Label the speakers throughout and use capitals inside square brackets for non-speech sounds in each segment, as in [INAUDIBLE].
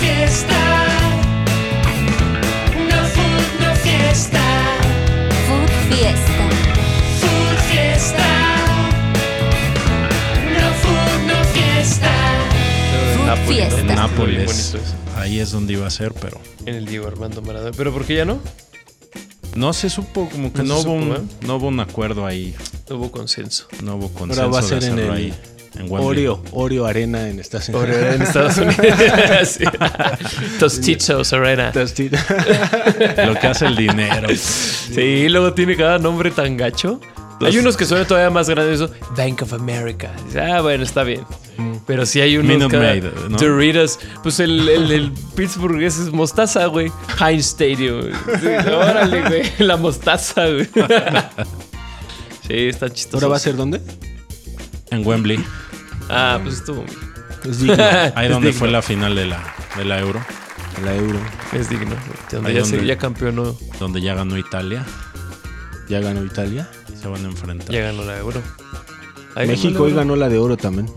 Speaker 1: fiesta. No food, no fiesta.
Speaker 2: Food Fiesta.
Speaker 1: Food fiesta. No food, no fiesta.
Speaker 2: Food fiesta.
Speaker 3: En Nápoles.
Speaker 4: Bonito eso.
Speaker 3: Ahí es donde iba a ser, pero
Speaker 4: En el Diego Armando Maradona. ¿Pero por qué ya no?
Speaker 3: no se supo, como que
Speaker 4: No
Speaker 3: no,
Speaker 4: se
Speaker 3: hubo, un,
Speaker 4: supo,
Speaker 3: no hubo un acuerdo ahí,
Speaker 4: No hubo consenso.
Speaker 3: no hubo consenso.
Speaker 5: Ahora va a
Speaker 3: de
Speaker 5: ser en
Speaker 3: hacerlo
Speaker 5: el
Speaker 3: ahí, en Wembley.
Speaker 5: Oreo, Oreo Arena en
Speaker 4: [LAUGHS]
Speaker 5: Estados Unidos.
Speaker 4: en
Speaker 5: [LAUGHS]
Speaker 4: Estados Unidos. Sí. Tostitos Arena.
Speaker 3: [LAUGHS] Lo que hace el dinero.
Speaker 4: Sí, luego tiene cada nombre tan gacho. Hay unos que suenan todavía más grandes. eso, Bank of America. Dices, Ah, bueno, está bien. Pero sí hay unos.
Speaker 3: Minute
Speaker 4: cada-
Speaker 3: Maid, ¿no?
Speaker 4: Doritos. Pues el, el, el Pittsburgh ese es mostaza, güey. Heinz Stadium. Sí, órale, güey. La mostaza, güey. [LAUGHS] Sí, está chistoso.
Speaker 5: ¿Ahora va a ser dónde?
Speaker 3: En Wembley,
Speaker 4: Ah, pues estuvo.
Speaker 5: Es [LAUGHS] digno.
Speaker 3: ahí donde fue la final de la, de la Euro,
Speaker 5: la Euro.
Speaker 4: Es digno. Donde
Speaker 3: Ahí
Speaker 4: ya,
Speaker 3: donde-
Speaker 4: se, ya campeonó,
Speaker 3: donde ya ganó Italia.
Speaker 5: Ya ganó Italia.
Speaker 3: y Se van a enfrentar.
Speaker 4: ya ganó la euro. Ahí
Speaker 5: México
Speaker 4: la
Speaker 5: hoy
Speaker 4: Euro.
Speaker 5: ganó la de oro también.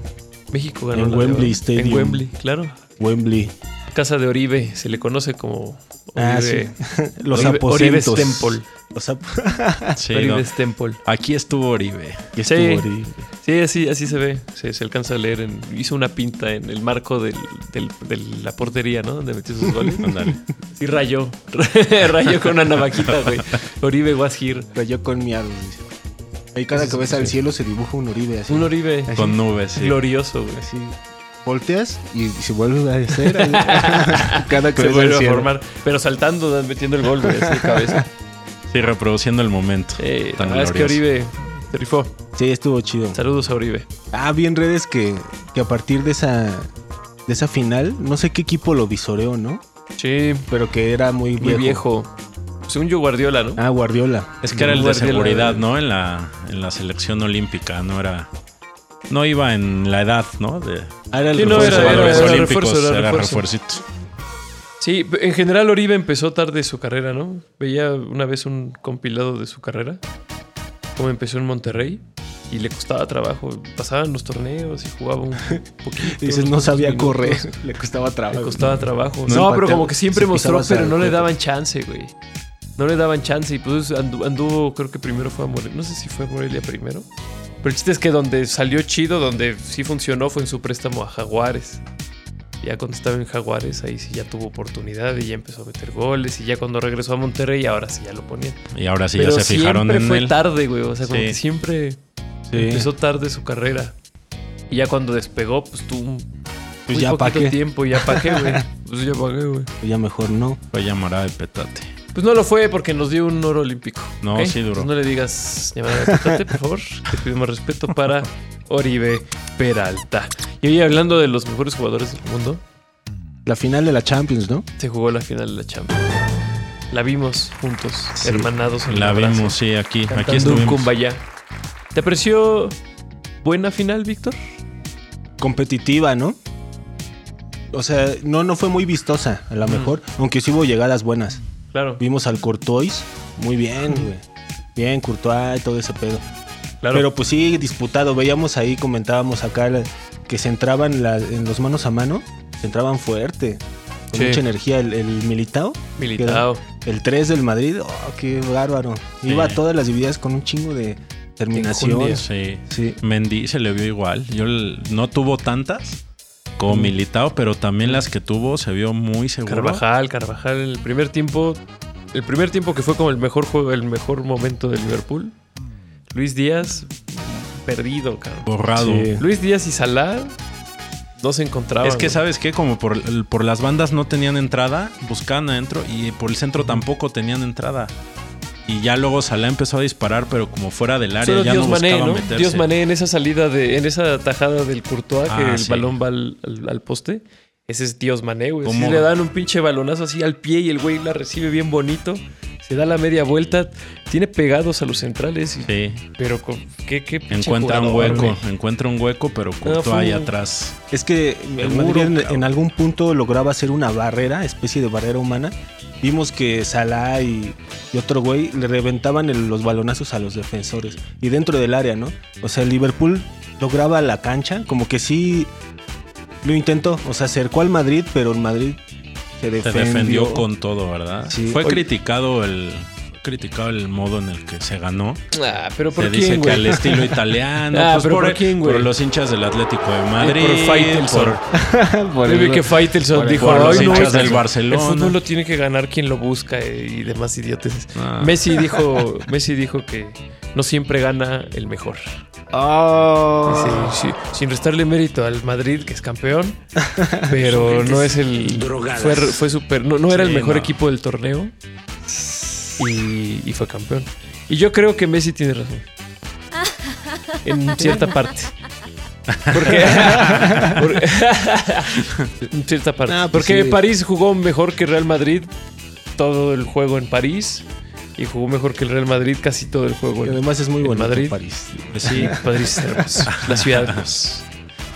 Speaker 4: México ganó
Speaker 5: en
Speaker 4: la
Speaker 5: Wembley
Speaker 4: Euro.
Speaker 5: Stadium.
Speaker 4: En Wembley, claro. [LAUGHS]
Speaker 5: Wembley.
Speaker 4: Casa de Oribe, se le conoce como
Speaker 5: Ah,
Speaker 4: Oribe. [LAUGHS]
Speaker 5: sí. Los
Speaker 4: Oribe-
Speaker 5: aposentos.
Speaker 4: Oribe's Temple.
Speaker 5: Los ap-
Speaker 3: Sí,
Speaker 4: Oribe
Speaker 3: no.
Speaker 4: es Temple.
Speaker 3: Aquí estuvo Oribe.
Speaker 5: Y
Speaker 4: Sí.
Speaker 5: estuvo horrible.
Speaker 4: Sí, así, así se ve. Se, se alcanza a leer. en- hizo una pinta en el marco del- del- de la portería, ¿no? Donde metió sus
Speaker 5: [LAUGHS]
Speaker 4: goles.
Speaker 3: Ándale.
Speaker 4: Sí, rayó. [LAUGHS] rayó con una navaquita, güey. Oribe was here.
Speaker 5: Rayó con mi árbol. dice. Ahí cada que ves al cielo se dibuja un Oribe así.
Speaker 4: Un Oribe
Speaker 3: Con nubes, sí.
Speaker 4: glorioso, güey.
Speaker 5: Así. Volteas y se vuelve a hacer.
Speaker 4: [LAUGHS]
Speaker 5: [LAUGHS] cada que
Speaker 4: Se
Speaker 5: ves al
Speaker 4: vuelve a
Speaker 5: cielo.
Speaker 4: formar. Pero saltando, metiendo el gol, güey, así de cabeza.
Speaker 3: Sí, reproduciendo el momento.
Speaker 4: Eh,
Speaker 3: Tan
Speaker 4: ah, es que
Speaker 3: glorioso.
Speaker 4: Oribe se rifó.
Speaker 5: Sí, estuvo chido.
Speaker 4: Saludos a Oribe.
Speaker 5: Ah, vi en redes que, que a partir de esa de esa final, no sé qué equipo lo visoreó, ¿no?
Speaker 4: Sí,
Speaker 5: Pero que era muy
Speaker 4: muy
Speaker 5: viejo.
Speaker 4: viejo. Según yo, Guardiola, ¿no?
Speaker 5: Ah, Guardiola.
Speaker 3: Es que era el de
Speaker 4: Guardiola,
Speaker 3: seguridad,
Speaker 4: eh.
Speaker 3: ¿no? En la, en la selección olímpica, no era. No iba en la edad, ¿no? De
Speaker 5: Ah, era el
Speaker 4: Sí, no, era-
Speaker 3: los
Speaker 5: refuerzo de
Speaker 3: jugadores
Speaker 5: Guardiola.
Speaker 4: era
Speaker 3: olímpicos,
Speaker 4: refuerzo, era
Speaker 3: era
Speaker 4: refuerzo.
Speaker 3: refuercito.
Speaker 4: Sí, en general Oribe empezó tarde su carrera, ¿no? Veía una vez un compilado de su carrera, como empezó en Monterrey y le costaba trabajo. Pasaban los torneos y jugaba un poquito.
Speaker 5: Dices, no
Speaker 4: unos
Speaker 5: sabía
Speaker 4: minutos.
Speaker 5: correr. [LAUGHS] Le costaba trabajo.
Speaker 4: Le costaba trabajo. No,
Speaker 5: No,
Speaker 4: pero
Speaker 5: pateaba,
Speaker 4: como que siempre
Speaker 5: se
Speaker 4: mostró,
Speaker 5: fijaba
Speaker 4: pero no
Speaker 5: al
Speaker 4: le
Speaker 5: frente.
Speaker 4: daban chance, güey. No le daban chance y pues andu- anduvo, creo que primero fue a Morelia, no sé si fue a Morelia primero. Pero el chiste es que donde salió chido, donde sí funcionó, fue en su préstamo a Jaguares. Ya cuando estaba en Jaguares, ahí sí ya tuvo oportunidad y ya empezó a meter goles. Y ya cuando regresó a Monterrey, ahora sí ya lo ponían.
Speaker 3: Y ahora sí
Speaker 4: Pero
Speaker 3: ya se fijaron
Speaker 4: siempre
Speaker 3: en
Speaker 4: fue
Speaker 3: él.
Speaker 4: tarde, güey. O sea, como
Speaker 3: Sí.
Speaker 4: que siempre
Speaker 5: Sí.
Speaker 4: empezó tarde su carrera. Y ya cuando despegó, pues tuvo un
Speaker 5: Pues
Speaker 4: muy
Speaker 5: ya pa'
Speaker 4: poquito
Speaker 5: qué.
Speaker 4: tiempo y ya pa' qué,
Speaker 3: [LAUGHS]
Speaker 4: güey. Pues ya pa' qué, güey.
Speaker 5: Ya mejor no.
Speaker 3: Fue llamada de petate.
Speaker 4: Pues no lo fue porque nos dio un oro olímpico.
Speaker 3: No,
Speaker 4: ¿ok?
Speaker 3: sí duró.
Speaker 4: Entonces no le digas llamada de petate, por favor. Te pedimos respeto para Oribe Peralta. Y hoy hablando de los mejores jugadores del mundo,
Speaker 5: La final de la Champions, ¿no?
Speaker 4: se jugó la final de la Champions. La vimos juntos, hermanados en
Speaker 3: La
Speaker 4: el abrazo,
Speaker 3: vimos, sí, aquí.
Speaker 4: cantando
Speaker 3: Aquí
Speaker 4: un
Speaker 3: estuvimos.
Speaker 4: Kumbaya. ¿Te pareció buena final, Víctor?
Speaker 5: Competitiva, ¿no? O sea, no, no fue muy vistosa, a
Speaker 4: Mm.
Speaker 5: lo mejor. Aunque sí hubo llegadas buenas.
Speaker 4: Claro,
Speaker 5: Vimos al Courtois. Muy bien, güey. Bien, Courtois, todo ese pedo.
Speaker 4: claro.
Speaker 5: Pero pues sí, disputado. Veíamos ahí, comentábamos acá la- que se entraban la- en los manos a mano. Se entraban fuerte. Con
Speaker 4: Sí.
Speaker 5: mucha energía. El, el Militao.
Speaker 4: Militao.
Speaker 5: El 3 del Madrid. Oh, qué bárbaro. Iba
Speaker 3: Sí.
Speaker 5: a todas las divididas con un chingo de terminación.
Speaker 4: Enjundia.
Speaker 3: Sí.
Speaker 5: Sí.
Speaker 3: Mendy se le vio igual. Yo l- no tuvo tantas como
Speaker 4: Mm.
Speaker 3: Militao, pero también las que tuvo se vio muy seguro.
Speaker 4: Carvajal, Carvajal, el primer tiempo, el primer tiempo que fue como el mejor juego, el mejor momento de Liverpool. Luis Díaz perdido, cabrón.
Speaker 3: Borrado.
Speaker 5: Sí.
Speaker 4: Luis Díaz y Salah no se encontraban.
Speaker 3: Es que,
Speaker 4: güey.
Speaker 3: ¿sabes qué? Como por, por las bandas no tenían entrada, buscaban adentro y por el centro tampoco tenían entrada. Y ya luego Salah empezó a disparar, pero como fuera del área,
Speaker 4: Solo
Speaker 3: ya
Speaker 4: Dios
Speaker 3: no
Speaker 4: Mané,
Speaker 3: buscaba
Speaker 4: ¿no?
Speaker 3: meterse.
Speaker 4: Dios Mané en esa salida de, en esa tajada del Courtois que
Speaker 3: Ah,
Speaker 4: el
Speaker 3: sí.
Speaker 4: balón va al, al- al poste. Ese es Dios Mané, güey. Si
Speaker 3: ¿Cómo?
Speaker 4: le dan un pinche balonazo así al pie y el güey la recibe bien bonito. Se da la media vuelta. Tiene pegados a los centrales. y-
Speaker 3: Sí.
Speaker 4: Pero con- qué, qué pinche
Speaker 3: Encuentra un
Speaker 4: jugador,
Speaker 3: hueco,
Speaker 4: güey.
Speaker 3: encuentra un hueco, pero Courtois
Speaker 4: fue
Speaker 3: ahí
Speaker 4: un-
Speaker 3: atrás.
Speaker 5: Es que el
Speaker 3: Seguro,
Speaker 5: Madrid en,
Speaker 3: cabrón.
Speaker 5: en algún punto lograba hacer una barrera, especie de barrera humana. Vimos que Salah y, y otro güey le reventaban el- los balonazos a los defensores y dentro del área, ¿no? O sea, el Liverpool lograba la cancha, como que sí Lo intentó, o sea, acercó al Madrid, pero el Madrid se
Speaker 3: Se
Speaker 5: defendió.
Speaker 3: defendió con todo, ¿verdad?
Speaker 5: Sí.
Speaker 3: Fue
Speaker 5: Oye.
Speaker 3: criticado el fue criticado el modo en el que se ganó.
Speaker 4: Ah, pero
Speaker 3: Se
Speaker 4: ¿por
Speaker 3: dice
Speaker 4: quién,
Speaker 3: que
Speaker 4: güey? [LAUGHS]
Speaker 3: al estilo italiano,
Speaker 4: Ah,
Speaker 3: pues
Speaker 4: pero
Speaker 3: por,
Speaker 4: ¿por quién, güey? Eh,
Speaker 3: por los hinchas del Atlético de Madrid,
Speaker 4: por Faitelson.
Speaker 3: por-
Speaker 5: Por
Speaker 4: Yo vi
Speaker 5: el-
Speaker 4: que Faitelson
Speaker 5: por-
Speaker 4: dijo,
Speaker 3: por los
Speaker 4: "Ay, no,
Speaker 3: hinchas
Speaker 4: es que
Speaker 3: del
Speaker 4: el-
Speaker 3: Barcelona".
Speaker 4: El fútbol lo tiene que ganar quien lo busca eh, y demás idiotes.
Speaker 3: [LAUGHS] Ah.
Speaker 4: Messi dijo, Messi dijo que no siempre gana el mejor. Dice,
Speaker 5: Ah.
Speaker 4: "Sí, sin restarle mérito al Madrid que es
Speaker 5: [LAUGHS]
Speaker 4: campeón, pero no es el
Speaker 5: drogadas.
Speaker 4: fue fue super no, no era
Speaker 3: Sí,
Speaker 4: el mejor
Speaker 3: no.
Speaker 4: equipo del torneo y, y fue campeón. Y yo creo que Messi tiene razón. En cierta
Speaker 5: [LAUGHS]
Speaker 4: parte. Porque, [LAUGHS] porque- [LAUGHS] en cierta parte.
Speaker 5: Ah, pues
Speaker 4: porque
Speaker 5: sí.
Speaker 4: París jugó mejor que Real Madrid todo el juego en París y jugó mejor que el Real Madrid casi todo el juego.
Speaker 5: Y
Speaker 4: en-
Speaker 5: además es muy
Speaker 4: en
Speaker 5: bonito
Speaker 4: Madrid.
Speaker 5: París.
Speaker 3: pues sí.
Speaker 4: Madrid es hermoso. La ciudad
Speaker 5: [LAUGHS]
Speaker 4: hermosa.
Speaker 3: Pues,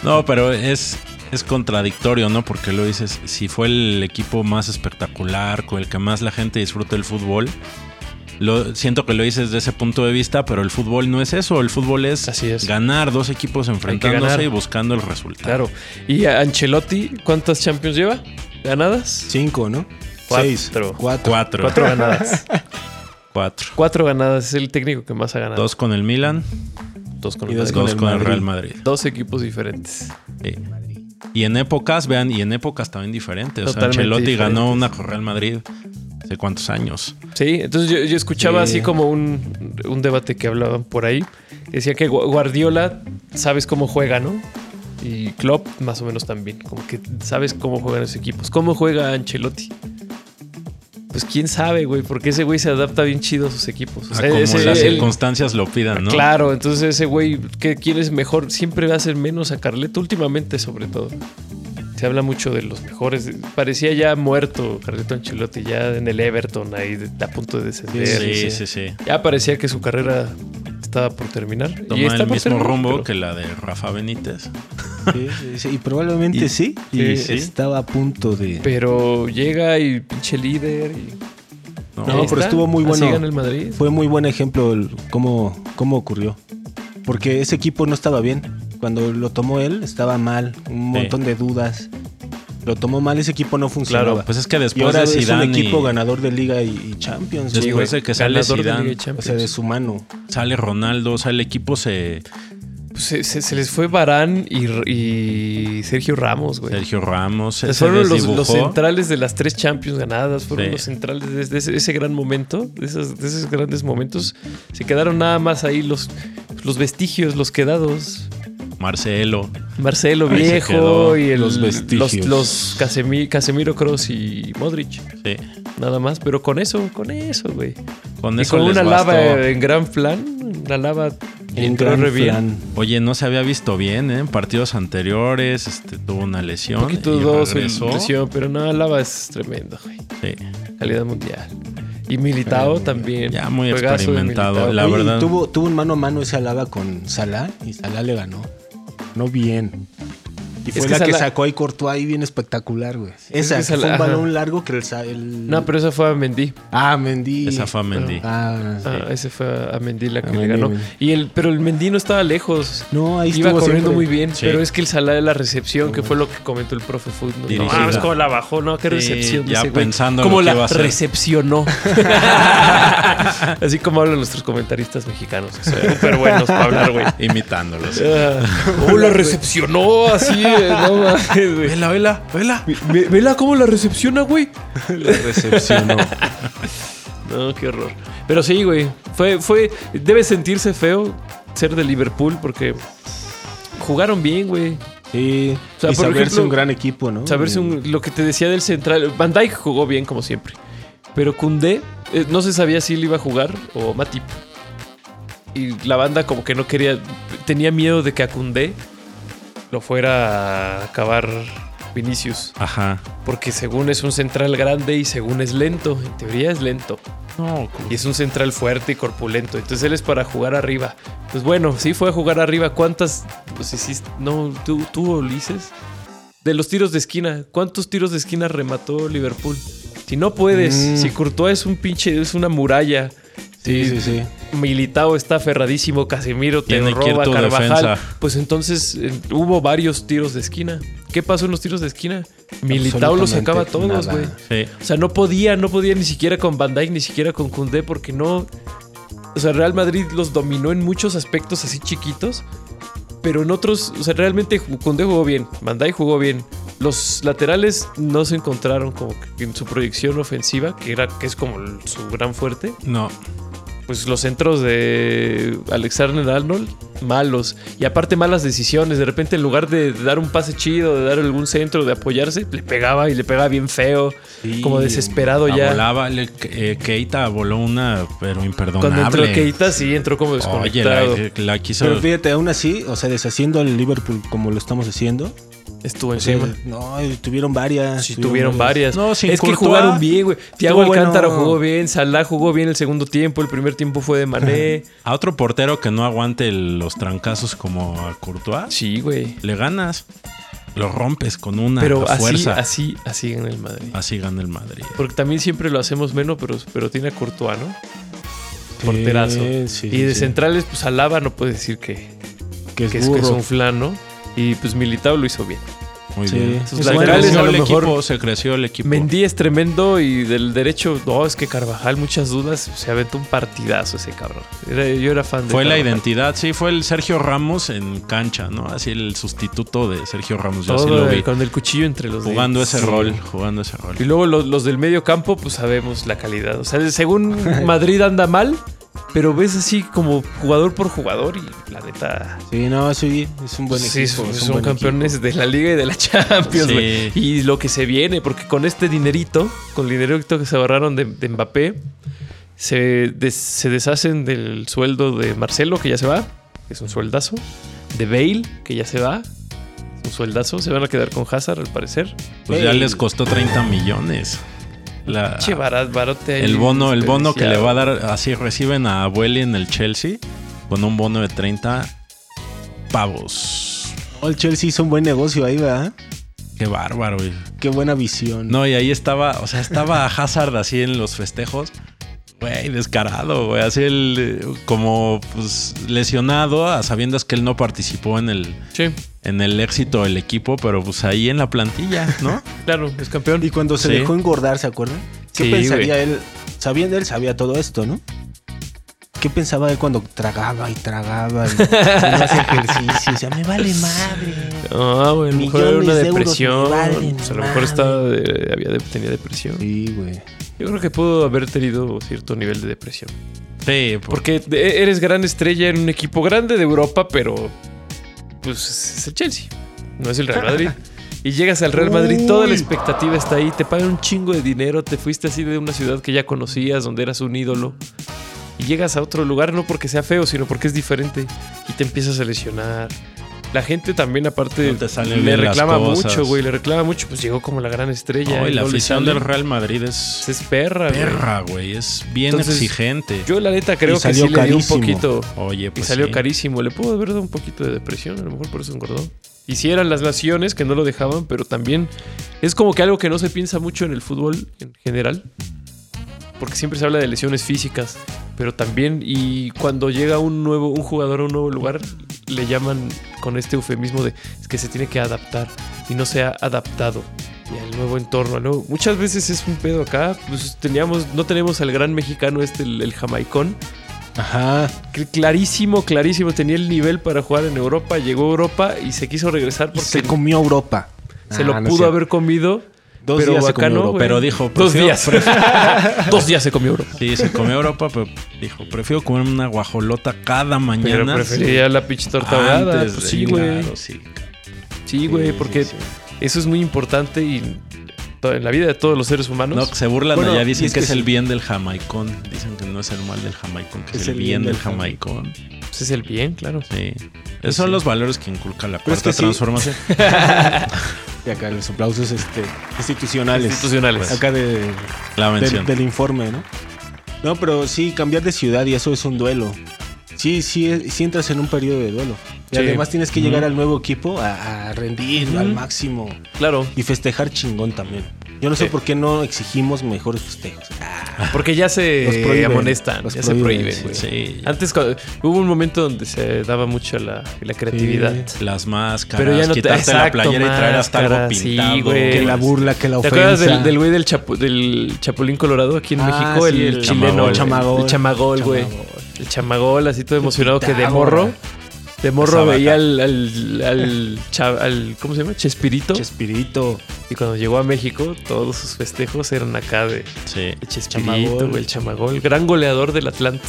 Speaker 3: No, pero es, es contradictorio, ¿no? Porque lo dices, si fue el equipo más espectacular, con el que más la gente disfruta el fútbol, lo, siento que lo dices desde ese punto de vista, pero el fútbol no es eso. El fútbol es,
Speaker 4: Así es.
Speaker 3: ganar dos equipos
Speaker 4: ganar.
Speaker 3: enfrentándose y buscando el resultado.
Speaker 4: Claro. Y a Ancelotti, ¿cuántas Champions lleva? ¿Ganadas?
Speaker 5: Cinco, ¿no?
Speaker 4: Cuatro.
Speaker 5: Seis. Cuatro.
Speaker 3: Cuatro.
Speaker 4: Cuatro
Speaker 3: [LAUGHS]
Speaker 4: ganadas.
Speaker 3: Cuatro.
Speaker 4: Cuatro ganadas. Es el técnico que más ha ganado.
Speaker 3: Dos con el Milan,
Speaker 4: Dos con
Speaker 5: y
Speaker 4: el
Speaker 5: dos
Speaker 3: dos
Speaker 4: Madrid.
Speaker 3: con, el,
Speaker 5: Madrid.
Speaker 3: Real Madrid.
Speaker 4: Dos equipos diferentes.
Speaker 3: Sí. Y en épocas, vean, y en épocas también diferentes. O sea,
Speaker 4: Totalmente
Speaker 3: Ancelotti ganó
Speaker 4: diferentes.
Speaker 3: una con Real Madrid hace cuántos años.
Speaker 4: Sí, entonces yo, yo escuchaba
Speaker 5: Sí.
Speaker 4: así como un, un debate que hablaban por ahí. Decía que Gu- Guardiola sabes cómo juega, ¿no? Y Klopp más o menos también. Como que sabes cómo juegan los equipos. ¿Cómo juega Ancelotti? Pues quién sabe, güey, porque ese güey se adapta bien chido a sus equipos. O
Speaker 3: A
Speaker 4: sea,
Speaker 3: como
Speaker 4: ese-
Speaker 3: las
Speaker 4: él-
Speaker 3: circunstancias lo pidan, ¿no?
Speaker 4: Claro, entonces ese güey, ¿qué- ¿quién es mejor? Siempre va a ser menos a Carleto, últimamente sobre todo. Se habla mucho de los mejores. Parecía ya muerto Carleto Ancelotti, ya en el Everton, ahí de- a punto de descender.
Speaker 3: Sí,
Speaker 4: Sí.
Speaker 3: sí, sí.
Speaker 4: Ya parecía que su carrera estaba por terminar. Y
Speaker 3: Toma
Speaker 4: está
Speaker 3: el
Speaker 4: por
Speaker 3: mismo
Speaker 4: terminar,
Speaker 3: rumbo
Speaker 4: pero-
Speaker 3: que la de Rafa Benítez.
Speaker 5: Sí, sí, sí. Y probablemente
Speaker 3: Y-
Speaker 5: sí,
Speaker 3: y
Speaker 5: eh,
Speaker 3: sí.
Speaker 5: Estaba a punto de.
Speaker 4: Pero llega y pinche líder. Y
Speaker 3: No,
Speaker 5: No,
Speaker 4: Ahí
Speaker 5: pero estuvo muy
Speaker 4: Así
Speaker 5: bueno.
Speaker 4: gana el Madrid.
Speaker 5: Fue muy buen ejemplo el- cómo, cómo ocurrió. Porque ese equipo no estaba bien. Cuando lo tomó él, estaba mal. Un
Speaker 3: Sí.
Speaker 5: montón de dudas. Lo tomó mal, ese equipo no funcionaba.
Speaker 3: Claro, pues es que
Speaker 5: y
Speaker 3: después
Speaker 5: ahora
Speaker 3: de
Speaker 5: es un
Speaker 3: Zidane y-
Speaker 5: equipo ganador de Liga y, y Champions. güey.
Speaker 3: después de que sale
Speaker 4: Ganador de Liga
Speaker 3: Zidane,
Speaker 4: y Champions.
Speaker 5: O sea, de su mano.
Speaker 3: sale Ronaldo, o sea, el equipo se
Speaker 4: Pues se, se- se les fue Barán y, y Sergio Ramos, güey.
Speaker 3: Sergio Ramos se,
Speaker 4: O sea,
Speaker 3: se
Speaker 4: fueron los,
Speaker 3: desdibujó.
Speaker 4: los centrales de las tres Champions ganadas, fueron
Speaker 3: Sí.
Speaker 4: los centrales de, de ese, de ese gran momento, de esos, de esos grandes momentos. Se quedaron nada más ahí los, los vestigios, los quedados.
Speaker 3: Marcelo,
Speaker 4: Marcelo
Speaker 3: Ahí se
Speaker 4: Viejo
Speaker 3: quedó
Speaker 4: y el-
Speaker 5: los
Speaker 4: los,
Speaker 5: vestigios.
Speaker 4: los Casemi- Casemiro Cross y Modric,
Speaker 3: sí.
Speaker 4: nada más. Pero con eso, con eso, güey.
Speaker 3: Con
Speaker 4: Y
Speaker 3: eso
Speaker 4: con
Speaker 3: les
Speaker 4: una
Speaker 3: bastó.
Speaker 4: lava en gran plan, la lava entró
Speaker 5: gran
Speaker 4: re bien.
Speaker 5: plan.
Speaker 3: Oye, no se había visto bien ¿eh? en partidos anteriores, este, tuvo una
Speaker 4: Un
Speaker 3: lesión
Speaker 4: poquito
Speaker 3: y
Speaker 4: dos en
Speaker 3: regresó.
Speaker 4: lesión, pero no, Lava es tremendo, güey.
Speaker 3: Sí,
Speaker 4: calidad mundial. Y Militao también.
Speaker 3: ya muy
Speaker 4: Juegazo de
Speaker 3: experimentado,
Speaker 4: Militao.
Speaker 3: La
Speaker 5: Oye, y
Speaker 3: verdad.
Speaker 5: Tuvo, tuvo un mano a mano ese Alaba con Salah y Salah le ganó. No bien. Y fue
Speaker 4: que
Speaker 5: la que
Speaker 4: Salah-
Speaker 5: sacó ahí cortó ahí bien espectacular, güey. Esa,
Speaker 4: que
Speaker 5: que fue
Speaker 4: Salah-
Speaker 5: un
Speaker 4: ajá.
Speaker 5: balón largo que el... sa- el-
Speaker 4: No, pero esa fue a Mendy.
Speaker 5: Ah, Mendy.
Speaker 3: esa fue a Mendy.
Speaker 5: Ah,
Speaker 4: Ah, ese fue a Mendy la que
Speaker 5: A
Speaker 4: le
Speaker 5: Mendy,
Speaker 4: ganó.
Speaker 5: Mendy.
Speaker 4: Y el, pero el Mendy no estaba lejos.
Speaker 5: No, ahí
Speaker 4: Iba
Speaker 5: estuvo
Speaker 4: corriendo muy
Speaker 5: siempre.
Speaker 4: bien,
Speaker 3: Sí.
Speaker 4: pero es que el Salah de la recepción, que fue lo que comentó el profe Food. No,
Speaker 3: Dirigida.
Speaker 4: mames, cómo la bajó, ¿no? Qué
Speaker 3: Sí,
Speaker 4: recepción. de
Speaker 3: ya
Speaker 4: ese güey.
Speaker 3: pensando en
Speaker 4: Cómo
Speaker 3: lo que
Speaker 4: la
Speaker 3: iba a hacer. [LAUGHS]
Speaker 4: recepcionó. Así como hablan nuestros comentaristas mexicanos. que
Speaker 3: [LAUGHS]
Speaker 4: son Súper buenos para hablar, güey.
Speaker 3: Imitándolos.
Speaker 4: Ah, ¿Cómo la recepcionó? Así, eh, no mames, güey.
Speaker 3: Vela, vela, vela.
Speaker 4: Ve- Vela cómo la recepciona, güey.
Speaker 5: [LAUGHS] La recepcionó.
Speaker 4: [LAUGHS] No, qué horror. Pero sí, güey. Fue, fue. Debe sentirse feo ser de Liverpool porque jugaron bien, güey.
Speaker 5: sí.
Speaker 4: O sea,
Speaker 5: y
Speaker 4: por
Speaker 5: saberse
Speaker 4: ejemplo,
Speaker 5: un gran equipo, ¿no?
Speaker 4: Saberse un- lo que te decía del central. Van Dijk jugó bien, como siempre. Pero Koundé eh, no se sabía si él iba a jugar o Matip. Y la banda, como que no quería. Tenía miedo de que a Koundé lo fuera a acabar Vinicius.
Speaker 3: Ajá.
Speaker 4: Porque según es un central grande y según es lento. En teoría es lento.
Speaker 3: No,
Speaker 4: Y es un central fuerte y corpulento. Entonces él es para jugar arriba. Pues bueno, sí fue a jugar arriba. ¿Cuántas? Pues hiciste. No, tú, tú Ulises. De los tiros de esquina. ¿Cuántos tiros de esquina remató Liverpool? Si no puedes,
Speaker 5: Mm.
Speaker 4: si Courtois es un pinche, es una muralla.
Speaker 5: Sí,
Speaker 4: si
Speaker 5: sí, sí.
Speaker 4: Militao está aferradísimo, Casemiro te
Speaker 3: Tiene que ir
Speaker 4: roba,
Speaker 3: tu
Speaker 4: Carvajal.
Speaker 3: defensa.
Speaker 4: Pues entonces eh, hubo varios tiros de esquina. ¿Qué pasó en los tiros de esquina? Militao los sacaba a todos,
Speaker 5: Absolutamente
Speaker 4: güey.
Speaker 5: nada.
Speaker 3: Sí.
Speaker 4: O sea, no podía, no podía ni siquiera con Van Dijk, ni siquiera con Koundé, porque no... O sea, Real Madrid los dominó en muchos aspectos así chiquitos, pero en otros... O sea, realmente ju- Koundé jugó bien, Van Dijk jugó bien. Los laterales no se encontraron como que en su proyección ofensiva, que, era, que es como el- su gran fuerte.
Speaker 3: No,
Speaker 4: Pues los centros de Alexander Arnold, malos. Y aparte malas decisiones. De repente en lugar de dar un pase chido, de dar algún centro, de apoyarse, le pegaba y le pegaba bien feo.
Speaker 5: Sí,
Speaker 4: como desesperado
Speaker 3: la
Speaker 4: ya.
Speaker 3: volaba, le- eh, Keita voló una, pero imperdonable.
Speaker 4: Cuando entró Keita pues, sí entró como
Speaker 3: Oye,
Speaker 4: desconectado.
Speaker 3: la, eh, la quiso.
Speaker 5: Pero fíjate, aún así, o sea, deshaciendo al Liverpool como lo estamos haciendo.
Speaker 4: Estuvo
Speaker 5: o
Speaker 3: pues
Speaker 5: sea,
Speaker 4: encima.
Speaker 5: no, tuvieron varias.
Speaker 4: Sí, tuvieron varias.
Speaker 3: No, sin
Speaker 4: es que
Speaker 3: Courtois,
Speaker 4: jugaron bien, güey. Thiago
Speaker 5: estuvo
Speaker 4: Alcántara
Speaker 5: bueno.
Speaker 4: jugó bien, Salah jugó bien el segundo tiempo, el primer tiempo fue de
Speaker 3: [LAUGHS]
Speaker 4: Mané.
Speaker 3: A otro portero que no aguante el- los trancazos como a Courtois,
Speaker 4: Sí, güey.
Speaker 3: le ganas. Lo rompes con una
Speaker 4: Pero así,
Speaker 3: fuerza. Así,
Speaker 4: así, así en el Madrid.
Speaker 3: gana el Madrid.
Speaker 4: Porque también siempre lo hacemos menos, pero, pero tiene a Courtois, ¿no? Porterazo. y de centrales, pues Alaba no puede decir que,
Speaker 5: que es,
Speaker 4: que es, que es un flan, ¿no? Y pues Militao lo hizo bien.
Speaker 3: Muy
Speaker 5: Sí.
Speaker 3: bien.
Speaker 5: Sus
Speaker 3: Se
Speaker 4: laterales,
Speaker 3: creció
Speaker 4: a lo
Speaker 3: el
Speaker 4: mejor-
Speaker 3: equipo, se creció el equipo.
Speaker 4: Mendy es tremendo y del derecho, no, es que Carvajal, muchas dudas, se aventó un partidazo ese cabrón. Era- yo era fan de
Speaker 3: Fue la
Speaker 4: Carvajal.
Speaker 3: identidad, sí, fue el Sergio Ramos en cancha, ¿no? Así el sustituto de Sergio Ramos, yo así
Speaker 4: Todo
Speaker 3: lo
Speaker 4: el-
Speaker 3: vi.
Speaker 4: con el cuchillo entre los dedos.
Speaker 3: Jugando ese
Speaker 4: Sí.
Speaker 3: rol, jugando ese rol.
Speaker 4: Y luego los, los del medio campo, pues sabemos la calidad. O sea,
Speaker 3: [LAUGHS]
Speaker 4: según Madrid anda mal, pero ves así como jugador por jugador y la neta.
Speaker 5: Sí, no, sí, es un buen
Speaker 4: pues, sí,
Speaker 5: equipo.
Speaker 4: son,
Speaker 5: es un
Speaker 4: son
Speaker 5: buen
Speaker 4: campeones de la Liga y de la [LAUGHS] Champions,
Speaker 3: Sí.
Speaker 4: güey. Y lo que se viene, porque con este dinerito, con el dinerito que se ahorraron de, de Mbappé, se, des- se deshacen del sueldo de Marcelo, que ya se va, que es un sueldazo. De Bale, que ya se va, es un sueldazo. Se van a quedar con Hazard, al parecer.
Speaker 3: Pues ya les costó 30 millones. La-
Speaker 4: Che, barat, barote ahí
Speaker 3: Ah, el bono, el bono que le va a
Speaker 4: desperdiciado.
Speaker 3: dar, así reciben a Abueli en el Chelsea con un bono de 30 pavos.
Speaker 5: equipo. Oh, el Chelsea hizo un buen negocio ahí, ¿verdad?
Speaker 3: Qué bárbaro, güey.
Speaker 5: Qué buena visión.
Speaker 3: No, y ahí estaba, o
Speaker 4: [LAUGHS]
Speaker 3: sea, estaba Hazard así en los festejos. Güey, descarado, güey. Así el, eh, como pues, lesionado, a sabiendas que él no participó en el,
Speaker 4: Sí,
Speaker 3: en el éxito del equipo, pero pues ahí en la plantilla,
Speaker 4: [LAUGHS]
Speaker 3: ¿no?
Speaker 4: claro, es campeón.
Speaker 5: Y cuando se
Speaker 3: Sí.
Speaker 5: dejó engordar, ¿se acuerdan? ¿Qué
Speaker 4: Sí,
Speaker 5: pensaría él? Sabiendo él, sabía todo esto, ¿no? ¿Qué pensaba él cuando tragaba y tragaba y y [LAUGHS] no hacía ejercicio? O sea, me vale madre.
Speaker 4: Ah, güey, a lo mejor era
Speaker 5: Millones
Speaker 4: una
Speaker 5: de euros
Speaker 4: depresión.
Speaker 5: me valen,
Speaker 4: Pues a lo mejor
Speaker 5: madre.
Speaker 4: estaba de- había de- tenía depresión.
Speaker 5: Sí, güey.
Speaker 4: Yo creo que pudo haber tenido cierto nivel de depresión.
Speaker 3: Sí, porque
Speaker 4: Porque de- eres gran estrella en un equipo grande de Europa, pero pues es el Chelsea, no es el Real Madrid.
Speaker 3: [LAUGHS]
Speaker 4: Y llegas al Real Madrid, toda la expectativa está ahí, te pagan un chingo de dinero, te fuiste así de una ciudad que ya conocías, donde eras un ídolo. Y llegas a otro lugar no porque sea feo, sino porque es diferente. Y te empiezas a lesionar. La gente también, aparte,
Speaker 3: No te salen
Speaker 4: le
Speaker 3: bien las
Speaker 4: reclama
Speaker 3: cosas.
Speaker 4: mucho, güey, le reclama mucho. Pues llegó como la gran estrella.
Speaker 3: Ay,
Speaker 4: y
Speaker 3: la
Speaker 4: no le
Speaker 3: afición
Speaker 4: sale.
Speaker 3: del Real Madrid es
Speaker 4: Es perra, güey.
Speaker 3: perra, güey. Es bien
Speaker 4: Entonces,
Speaker 3: exigente.
Speaker 4: Yo, la neta, creo
Speaker 5: Este, Y
Speaker 4: que sí
Speaker 5: salió
Speaker 4: le dio un
Speaker 5: carísimo.
Speaker 4: poquito.
Speaker 3: Oye, pues
Speaker 4: y salió
Speaker 3: sí.
Speaker 4: carísimo. Le pudo haber dado un poquito de depresión, a lo mejor por eso engordó. Y si eran las naciones que no lo dejaban, pero también es como que algo que no se piensa mucho en el fútbol en general. Porque siempre se habla de lesiones físicas, pero también y cuando llega un nuevo un jugador a un nuevo lugar le llaman con este eufemismo de "Es que se tiene que adaptar y no se ha adaptado y al nuevo entorno, al nuevo- Muchas veces es un pedo acá, pues teníamos no tenemos al gran mexicano este el- el jamaicón
Speaker 5: Ajá.
Speaker 4: Cl- Clarísimo, clarísimo. Tenía el nivel para jugar en Europa. Llegó a Europa y se quiso regresar porque
Speaker 5: Se
Speaker 4: se,
Speaker 5: comió Europa. Ah,
Speaker 4: lo
Speaker 5: no es
Speaker 4: pudo
Speaker 5: cierto.
Speaker 4: haber comido.
Speaker 5: Dos
Speaker 4: pero
Speaker 5: días se
Speaker 4: bacano,
Speaker 5: comió Europa,
Speaker 4: güey.
Speaker 3: pero dijo,
Speaker 4: Dos
Speaker 3: prefiero-
Speaker 4: días. [LAUGHS] Dos días se comió
Speaker 5: [LAUGHS]
Speaker 4: Europa.
Speaker 3: Sí, se comió Europa, pero dijo, prefiero comer una guajolota cada
Speaker 4: Pero
Speaker 3: mañana.
Speaker 4: prefería la pinche torta ahogada.
Speaker 3: antes
Speaker 4: Pues
Speaker 3: de-
Speaker 4: sí, güey.
Speaker 3: claro, sí.
Speaker 4: Sí, güey,
Speaker 5: Sí,
Speaker 4: porque
Speaker 5: sí,
Speaker 4: eso es muy importante y to- en la vida de todos los seres humanos.
Speaker 3: No, que se burlan
Speaker 5: Bueno,
Speaker 3: allá,
Speaker 5: y
Speaker 3: dicen
Speaker 5: es
Speaker 3: que,
Speaker 5: que
Speaker 3: es el
Speaker 5: sí.
Speaker 3: bien del jamaicón. Dicen que no es el mal del jamaicón, que es, el bien del jamaicón.
Speaker 4: pues es el bien, claro.
Speaker 3: Sí. Esos son
Speaker 4: Pues sí.
Speaker 3: los valores que inculca la
Speaker 5: Pero es
Speaker 3: cuarta
Speaker 5: que
Speaker 4: [LAUGHS]
Speaker 5: sí.
Speaker 3: transformación.
Speaker 5: Y acá los aplausos este, institucionales.
Speaker 4: Institucionales.
Speaker 5: Acá de,
Speaker 3: La
Speaker 5: del,
Speaker 3: mención.
Speaker 5: del informe, ¿no? No, pero sí, cambiar de ciudad y eso es un duelo. Sí, sí, sí entras en un periodo de duelo. Y
Speaker 4: Sí.
Speaker 5: además tienes que
Speaker 3: Ujú.
Speaker 5: llegar al nuevo equipo a, a rendir al máximo
Speaker 4: Claro.
Speaker 5: y festejar chingón también. Yo no sé
Speaker 4: Sí.
Speaker 5: por qué no exigimos mejores festejos. Ah,
Speaker 4: Porque ya se
Speaker 5: Los prohíben,
Speaker 4: amonestan,
Speaker 5: los
Speaker 4: ya
Speaker 5: prohíben,
Speaker 4: se prohíben,
Speaker 5: sí.
Speaker 4: güey.
Speaker 3: Sí.
Speaker 4: Antes cuando- hubo un momento donde se daba mucho la, la creatividad.
Speaker 3: Las máscaras,
Speaker 4: Pero ya no te-
Speaker 3: quitarte la
Speaker 4: exacto,
Speaker 3: playera y traer hasta algo
Speaker 4: máscaras, sí,
Speaker 3: pintado.
Speaker 4: güey.
Speaker 5: Que la burla, que la
Speaker 4: ¿Te
Speaker 5: ofensa.
Speaker 4: acuerdas del, del güey del, chapu- del Chapulín Colorado aquí en
Speaker 5: Ah,
Speaker 4: México?
Speaker 5: sí,
Speaker 4: el,
Speaker 5: el
Speaker 4: chileno.
Speaker 3: chamagol.
Speaker 4: el
Speaker 5: Chamagol.
Speaker 4: El chamagol, güey.
Speaker 5: Chamagol.
Speaker 4: El chamagol, así todo emocionado que de
Speaker 5: Pitágora.
Speaker 4: morro. De morro
Speaker 3: Esa
Speaker 4: veía
Speaker 3: vaca.
Speaker 4: al, al, al, cha- al- ¿Cómo se llama? Chespirito.
Speaker 5: Chespirito.
Speaker 4: y cuando llegó a México, todos sus festejos eran acá de,
Speaker 3: Sí.
Speaker 4: de Chespirito,
Speaker 5: Chamagol.
Speaker 4: güey, el chamagol. Gran goleador del Atlante.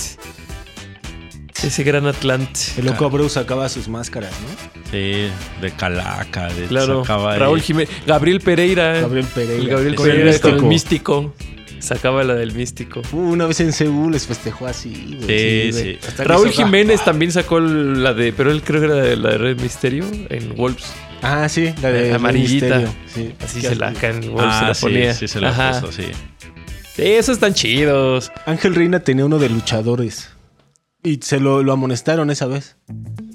Speaker 4: Ese gran Atlante.
Speaker 5: El loco Abreu sacaba sus máscaras, ¿no?
Speaker 3: Sí, de calaca, de
Speaker 4: Claro.
Speaker 3: sacaba ahí.
Speaker 4: Raúl Jiménez. Gabriel Pereira. ¿eh?
Speaker 5: Gabriel
Speaker 4: El
Speaker 5: Pereira.
Speaker 4: Gabriel
Speaker 3: Es
Speaker 4: Pereira
Speaker 3: el
Speaker 4: con el místico. Sacaba la del místico.
Speaker 5: Una vez en Seúl les festejó así,
Speaker 3: Sí,
Speaker 5: güey. güey.
Speaker 3: sí.
Speaker 5: Hasta que
Speaker 4: Raúl
Speaker 5: hizo- ah,
Speaker 4: Jiménez también sacó el- la de, pero él creo que era de la de Red Misterio en Wolves.
Speaker 5: Ah, sí, la de
Speaker 4: La amarillita.
Speaker 5: Misterio, sí.
Speaker 4: Así se la acá en Wolves se
Speaker 3: Ah,
Speaker 4: la ponía.
Speaker 3: sí, sí, se la
Speaker 4: Ajá.
Speaker 3: puso, sí.
Speaker 4: Sí, esos están chidos. [LAUGHS]
Speaker 5: Ángel Reina tenía uno de luchadores. Y se lo, lo amonestaron esa vez.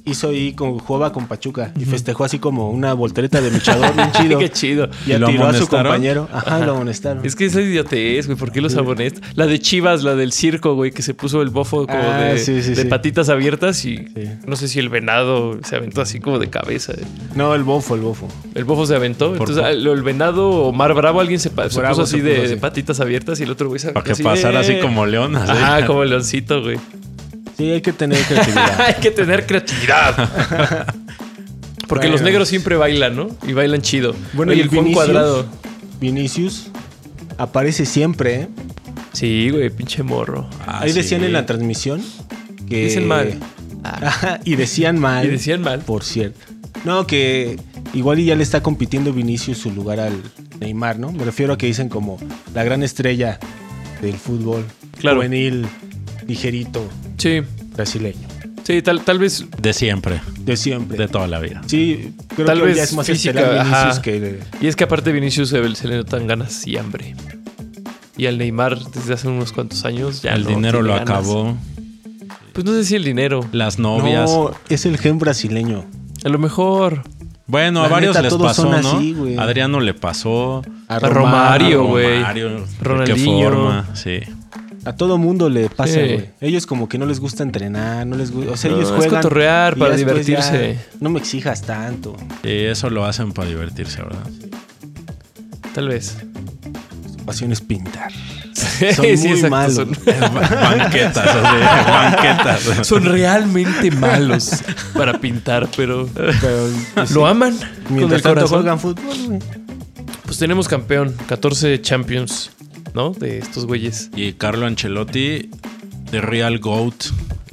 Speaker 5: Hizo ahí, con, jugaba con Pachuca. Y festejó así como una voltereta de luchador, bien chido.
Speaker 4: Qué chido.
Speaker 5: Y
Speaker 3: ¿Y lo
Speaker 5: atiró a su
Speaker 3: amonestaron?
Speaker 5: compañero. Ajá, lo amonestaron.
Speaker 4: Es que esa idiotez, güey. ¿Por qué los abonestas? La de Chivas, la del circo, güey, que se puso el bofo como
Speaker 5: Ah,
Speaker 4: de,
Speaker 5: sí, sí,
Speaker 4: de
Speaker 5: sí.
Speaker 4: patitas abiertas y
Speaker 5: Sí.
Speaker 4: no sé si el venado se aventó así como de cabeza. eh.
Speaker 5: No, el bofo, el bofo.
Speaker 4: El bofo se aventó. Entonces,
Speaker 3: poco.
Speaker 4: ah, lo- el venado Omar Bravo, alguien se, pa- se
Speaker 5: Bravo
Speaker 4: puso así
Speaker 5: se
Speaker 4: de,
Speaker 5: puso así.
Speaker 4: de patitas abiertas y el otro güey se
Speaker 3: [LAUGHS] Para que
Speaker 4: aventó
Speaker 3: pasara
Speaker 4: eh.
Speaker 3: así como león. así.
Speaker 4: Ajá, como el leoncito, güey.
Speaker 5: Sí, hay que tener creatividad.
Speaker 4: [LAUGHS] Hay que tener creatividad.
Speaker 5: [LAUGHS]
Speaker 4: Porque los
Speaker 5: Bueno.
Speaker 4: negros siempre bailan, ¿no? Y bailan chido. Bueno,
Speaker 5: Bueno,
Speaker 4: y
Speaker 5: y
Speaker 4: el Juan
Speaker 5: Vinicius.
Speaker 4: Cuadrado.
Speaker 5: Vinicius aparece siempre, ¿eh?
Speaker 4: Sí, güey, pinche morro.
Speaker 3: Ah,
Speaker 5: Ahí
Speaker 3: sí.
Speaker 5: decían en la transmisión que...
Speaker 4: Dicen mal.
Speaker 5: Ajá, [LAUGHS] y decían mal.
Speaker 4: [LAUGHS] Y decían mal.
Speaker 5: Por cierto. No, que igual y ya le está compitiendo Vinicius su lugar al Neymar, ¿no? Me refiero a que dicen como la gran estrella del fútbol.
Speaker 4: Claro.
Speaker 5: Juvenil, ligerito,
Speaker 4: Sí,
Speaker 5: brasileño.
Speaker 4: sí, tal, tal vez.
Speaker 3: De siempre,
Speaker 5: De siempre.
Speaker 3: de toda la vida.
Speaker 5: sí, creo
Speaker 4: Tal
Speaker 5: que
Speaker 4: vez
Speaker 5: ya es más
Speaker 4: física,
Speaker 5: estelar Vinicius
Speaker 4: ajá.
Speaker 5: que...
Speaker 4: Y es que aparte Vinicius se, se le notan ganas y hambre. Y al Neymar desde hace unos cuantos años ya
Speaker 3: el
Speaker 4: no
Speaker 3: dinero
Speaker 4: tiene
Speaker 3: lo
Speaker 4: ganas.
Speaker 3: acabó.
Speaker 4: Pues no sé si el dinero.
Speaker 3: Las novias.
Speaker 5: No, es el gen brasileño.
Speaker 4: A lo mejor
Speaker 3: Bueno, a
Speaker 5: La
Speaker 3: varios
Speaker 5: neta,
Speaker 3: les
Speaker 5: todos
Speaker 3: pasó,
Speaker 5: son
Speaker 3: ¿no?
Speaker 5: así, güey.
Speaker 3: Adriano le pasó. Ah,
Speaker 5: A
Speaker 4: A Romario,
Speaker 5: Romario,
Speaker 4: güey.
Speaker 3: Mario, ¿De qué
Speaker 4: Ronaldinho.
Speaker 3: forma? Sí.
Speaker 5: A todo mundo le pasa,
Speaker 4: Sí.
Speaker 5: güey. Ellos como que no les gusta entrenar, no les gusta... O sea,
Speaker 4: No,
Speaker 5: ellos
Speaker 4: es
Speaker 5: juegan...
Speaker 4: cotorrear
Speaker 5: y
Speaker 4: para
Speaker 5: ya después ya,
Speaker 4: divertirse.
Speaker 5: no me exijas tanto.
Speaker 3: Y eso lo hacen para divertirse, ¿verdad? [LAUGHS]
Speaker 4: Tal vez.
Speaker 5: Su pasión es pintar.
Speaker 4: [LAUGHS] Sí,
Speaker 5: Son muy
Speaker 4: exacto,
Speaker 5: malos. [LAUGHS]
Speaker 3: banquetas, así, banquetas.
Speaker 4: Son realmente malos [LAUGHS] para pintar, pero
Speaker 5: Pero,
Speaker 4: [LAUGHS]
Speaker 5: pues,
Speaker 4: lo aman con
Speaker 5: Mientras
Speaker 4: el
Speaker 5: tanto
Speaker 4: corazón.
Speaker 5: juegan fútbol, güey.
Speaker 4: Pues tenemos campeón, 14 champions, ¿no? De estos güeyes.
Speaker 3: Y Carlo Ancelotti, The Real Goat,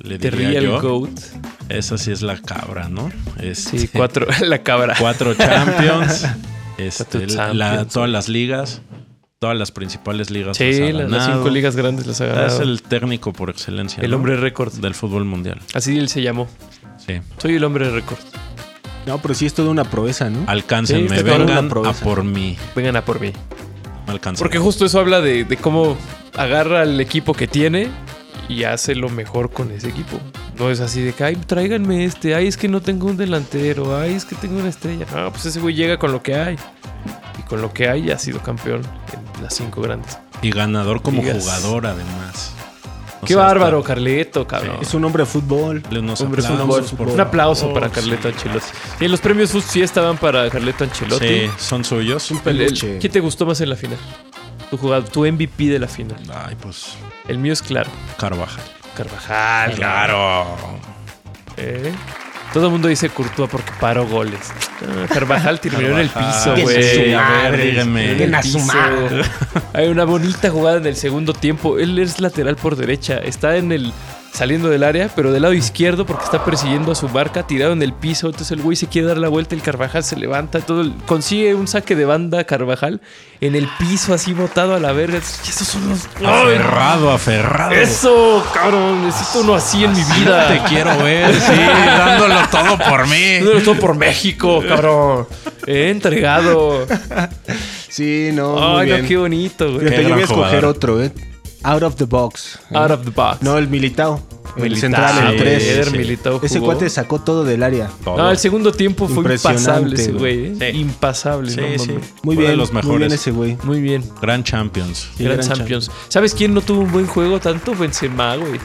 Speaker 3: le
Speaker 4: The
Speaker 3: diría
Speaker 4: Real
Speaker 3: yo.
Speaker 4: Goat.
Speaker 3: Esa sí es la cabra, ¿no? Este,
Speaker 4: Sí, cuatro. [LAUGHS] La cabra. [LAUGHS]
Speaker 3: cuatro Champions. este,
Speaker 4: Cuatro
Speaker 3: la-
Speaker 4: Champions.
Speaker 3: todas las ligas. Todas las principales ligas. las
Speaker 4: Sí,
Speaker 3: ha
Speaker 4: las, las
Speaker 3: ganado.
Speaker 4: cinco ligas grandes las ha ganado.
Speaker 3: Es
Speaker 4: el,
Speaker 3: el técnico por excelencia. ¿no?
Speaker 4: hombre récord.
Speaker 3: del fútbol mundial.
Speaker 4: Así él se llamó.
Speaker 3: Sí.
Speaker 4: Soy el hombre récord.
Speaker 5: No, pero sí es toda una proeza, ¿no?
Speaker 3: Alcáncenme,
Speaker 4: Sí, está cabrón
Speaker 3: vengan
Speaker 5: la proeza.
Speaker 3: a por mí.
Speaker 4: Vengan a por mí.
Speaker 3: Me alcanzan.
Speaker 4: Porque justo eso habla de, de cómo agarra el equipo que tiene y hace lo mejor con ese equipo. No es así de que, ay, tráiganme este, ay, es que no tengo un delantero, ay, es que tengo una estrella. Ah, pues ese güey llega con lo que hay. Y con lo que hay ya ha sido campeón en las cinco grandes.
Speaker 3: Y ganador como
Speaker 4: Ligas.
Speaker 3: jugador, además. O
Speaker 4: Qué
Speaker 3: sea,
Speaker 4: bárbaro,
Speaker 3: hasta-
Speaker 4: Carleto, cabrón.
Speaker 5: Es un hombre de fútbol.
Speaker 3: Dale unos
Speaker 4: Hombre,
Speaker 3: aplausos,
Speaker 5: fútbol.
Speaker 3: por
Speaker 4: Un aplauso
Speaker 3: favor.
Speaker 4: para Carleto Ancelotti. Sí, los premios FUS sí estaban para Carleto Ancelotti.
Speaker 3: Sí, son suyos.
Speaker 4: El- el-
Speaker 5: peluche.
Speaker 4: ¿Quién te gustó más en la final? Tu jugador, tu MVP de la final.
Speaker 3: Ay, pues
Speaker 4: El mío es claro,
Speaker 3: Carvajal.
Speaker 4: Carvajal.
Speaker 3: Claro.
Speaker 4: ¿Eh? Todo el mundo dice Courtois porque paró goles. Ah, Carvajal terminó en el piso,
Speaker 3: Carvajal.
Speaker 4: güey.
Speaker 3: Su
Speaker 4: A ver,
Speaker 3: madre, dígame.
Speaker 4: terminó en el
Speaker 5: A su
Speaker 4: piso.
Speaker 5: madre.
Speaker 4: Eh, [LAUGHS] Hay una bonita jugada en el segundo tiempo. Él es lateral por derecha. Está en el saliendo del área, pero del lado izquierdo porque está persiguiendo a su marca, tirado en el piso. Entonces el güey se quiere dar la vuelta, el Carvajal se levanta, todo el- consigue un saque de banda Carvajal en el piso así botado a la verga. Y esos son los ¡Ay,
Speaker 3: Aferrado, aferrado.
Speaker 4: eso, cabrón, necesito uno así en mi vida.
Speaker 3: Te quiero ver, sí, dándolo todo por mí.
Speaker 4: No todo por México, cabrón. He entregado.
Speaker 5: Sí, no, muy
Speaker 4: Ay,
Speaker 5: bien.
Speaker 4: no, qué bonito, güey.
Speaker 5: Fíjate,
Speaker 3: Qué
Speaker 5: yo
Speaker 3: gran
Speaker 5: voy a escoger
Speaker 3: jugador.
Speaker 5: otro, ¿eh? Out of the box. ¿eh?
Speaker 4: Out of the box.
Speaker 5: No, el Militao. El
Speaker 3: Militao,
Speaker 5: central, el
Speaker 3: sí,
Speaker 5: 3.
Speaker 4: Eder Militao
Speaker 5: Ese
Speaker 4: jugó.
Speaker 5: cuate sacó todo del área.
Speaker 4: [LAUGHS]
Speaker 3: Todo.
Speaker 4: No, el segundo tiempo fue
Speaker 5: Impresionante,
Speaker 4: impasable ese
Speaker 5: güey.
Speaker 4: güey. ¿eh?
Speaker 3: Sí.
Speaker 4: Impasable,
Speaker 3: Sí,
Speaker 4: no mames.
Speaker 3: sí.
Speaker 5: Muy
Speaker 3: Fue de
Speaker 5: bien.
Speaker 3: los
Speaker 5: Muy bien
Speaker 3: mejores.
Speaker 5: ese güey.
Speaker 4: Muy bien.
Speaker 3: Gran Champions.
Speaker 5: Sí,
Speaker 4: gran,
Speaker 5: gran
Speaker 4: Champions. ¿Sabes quién no tuvo un buen juego tanto? Benzema, güey.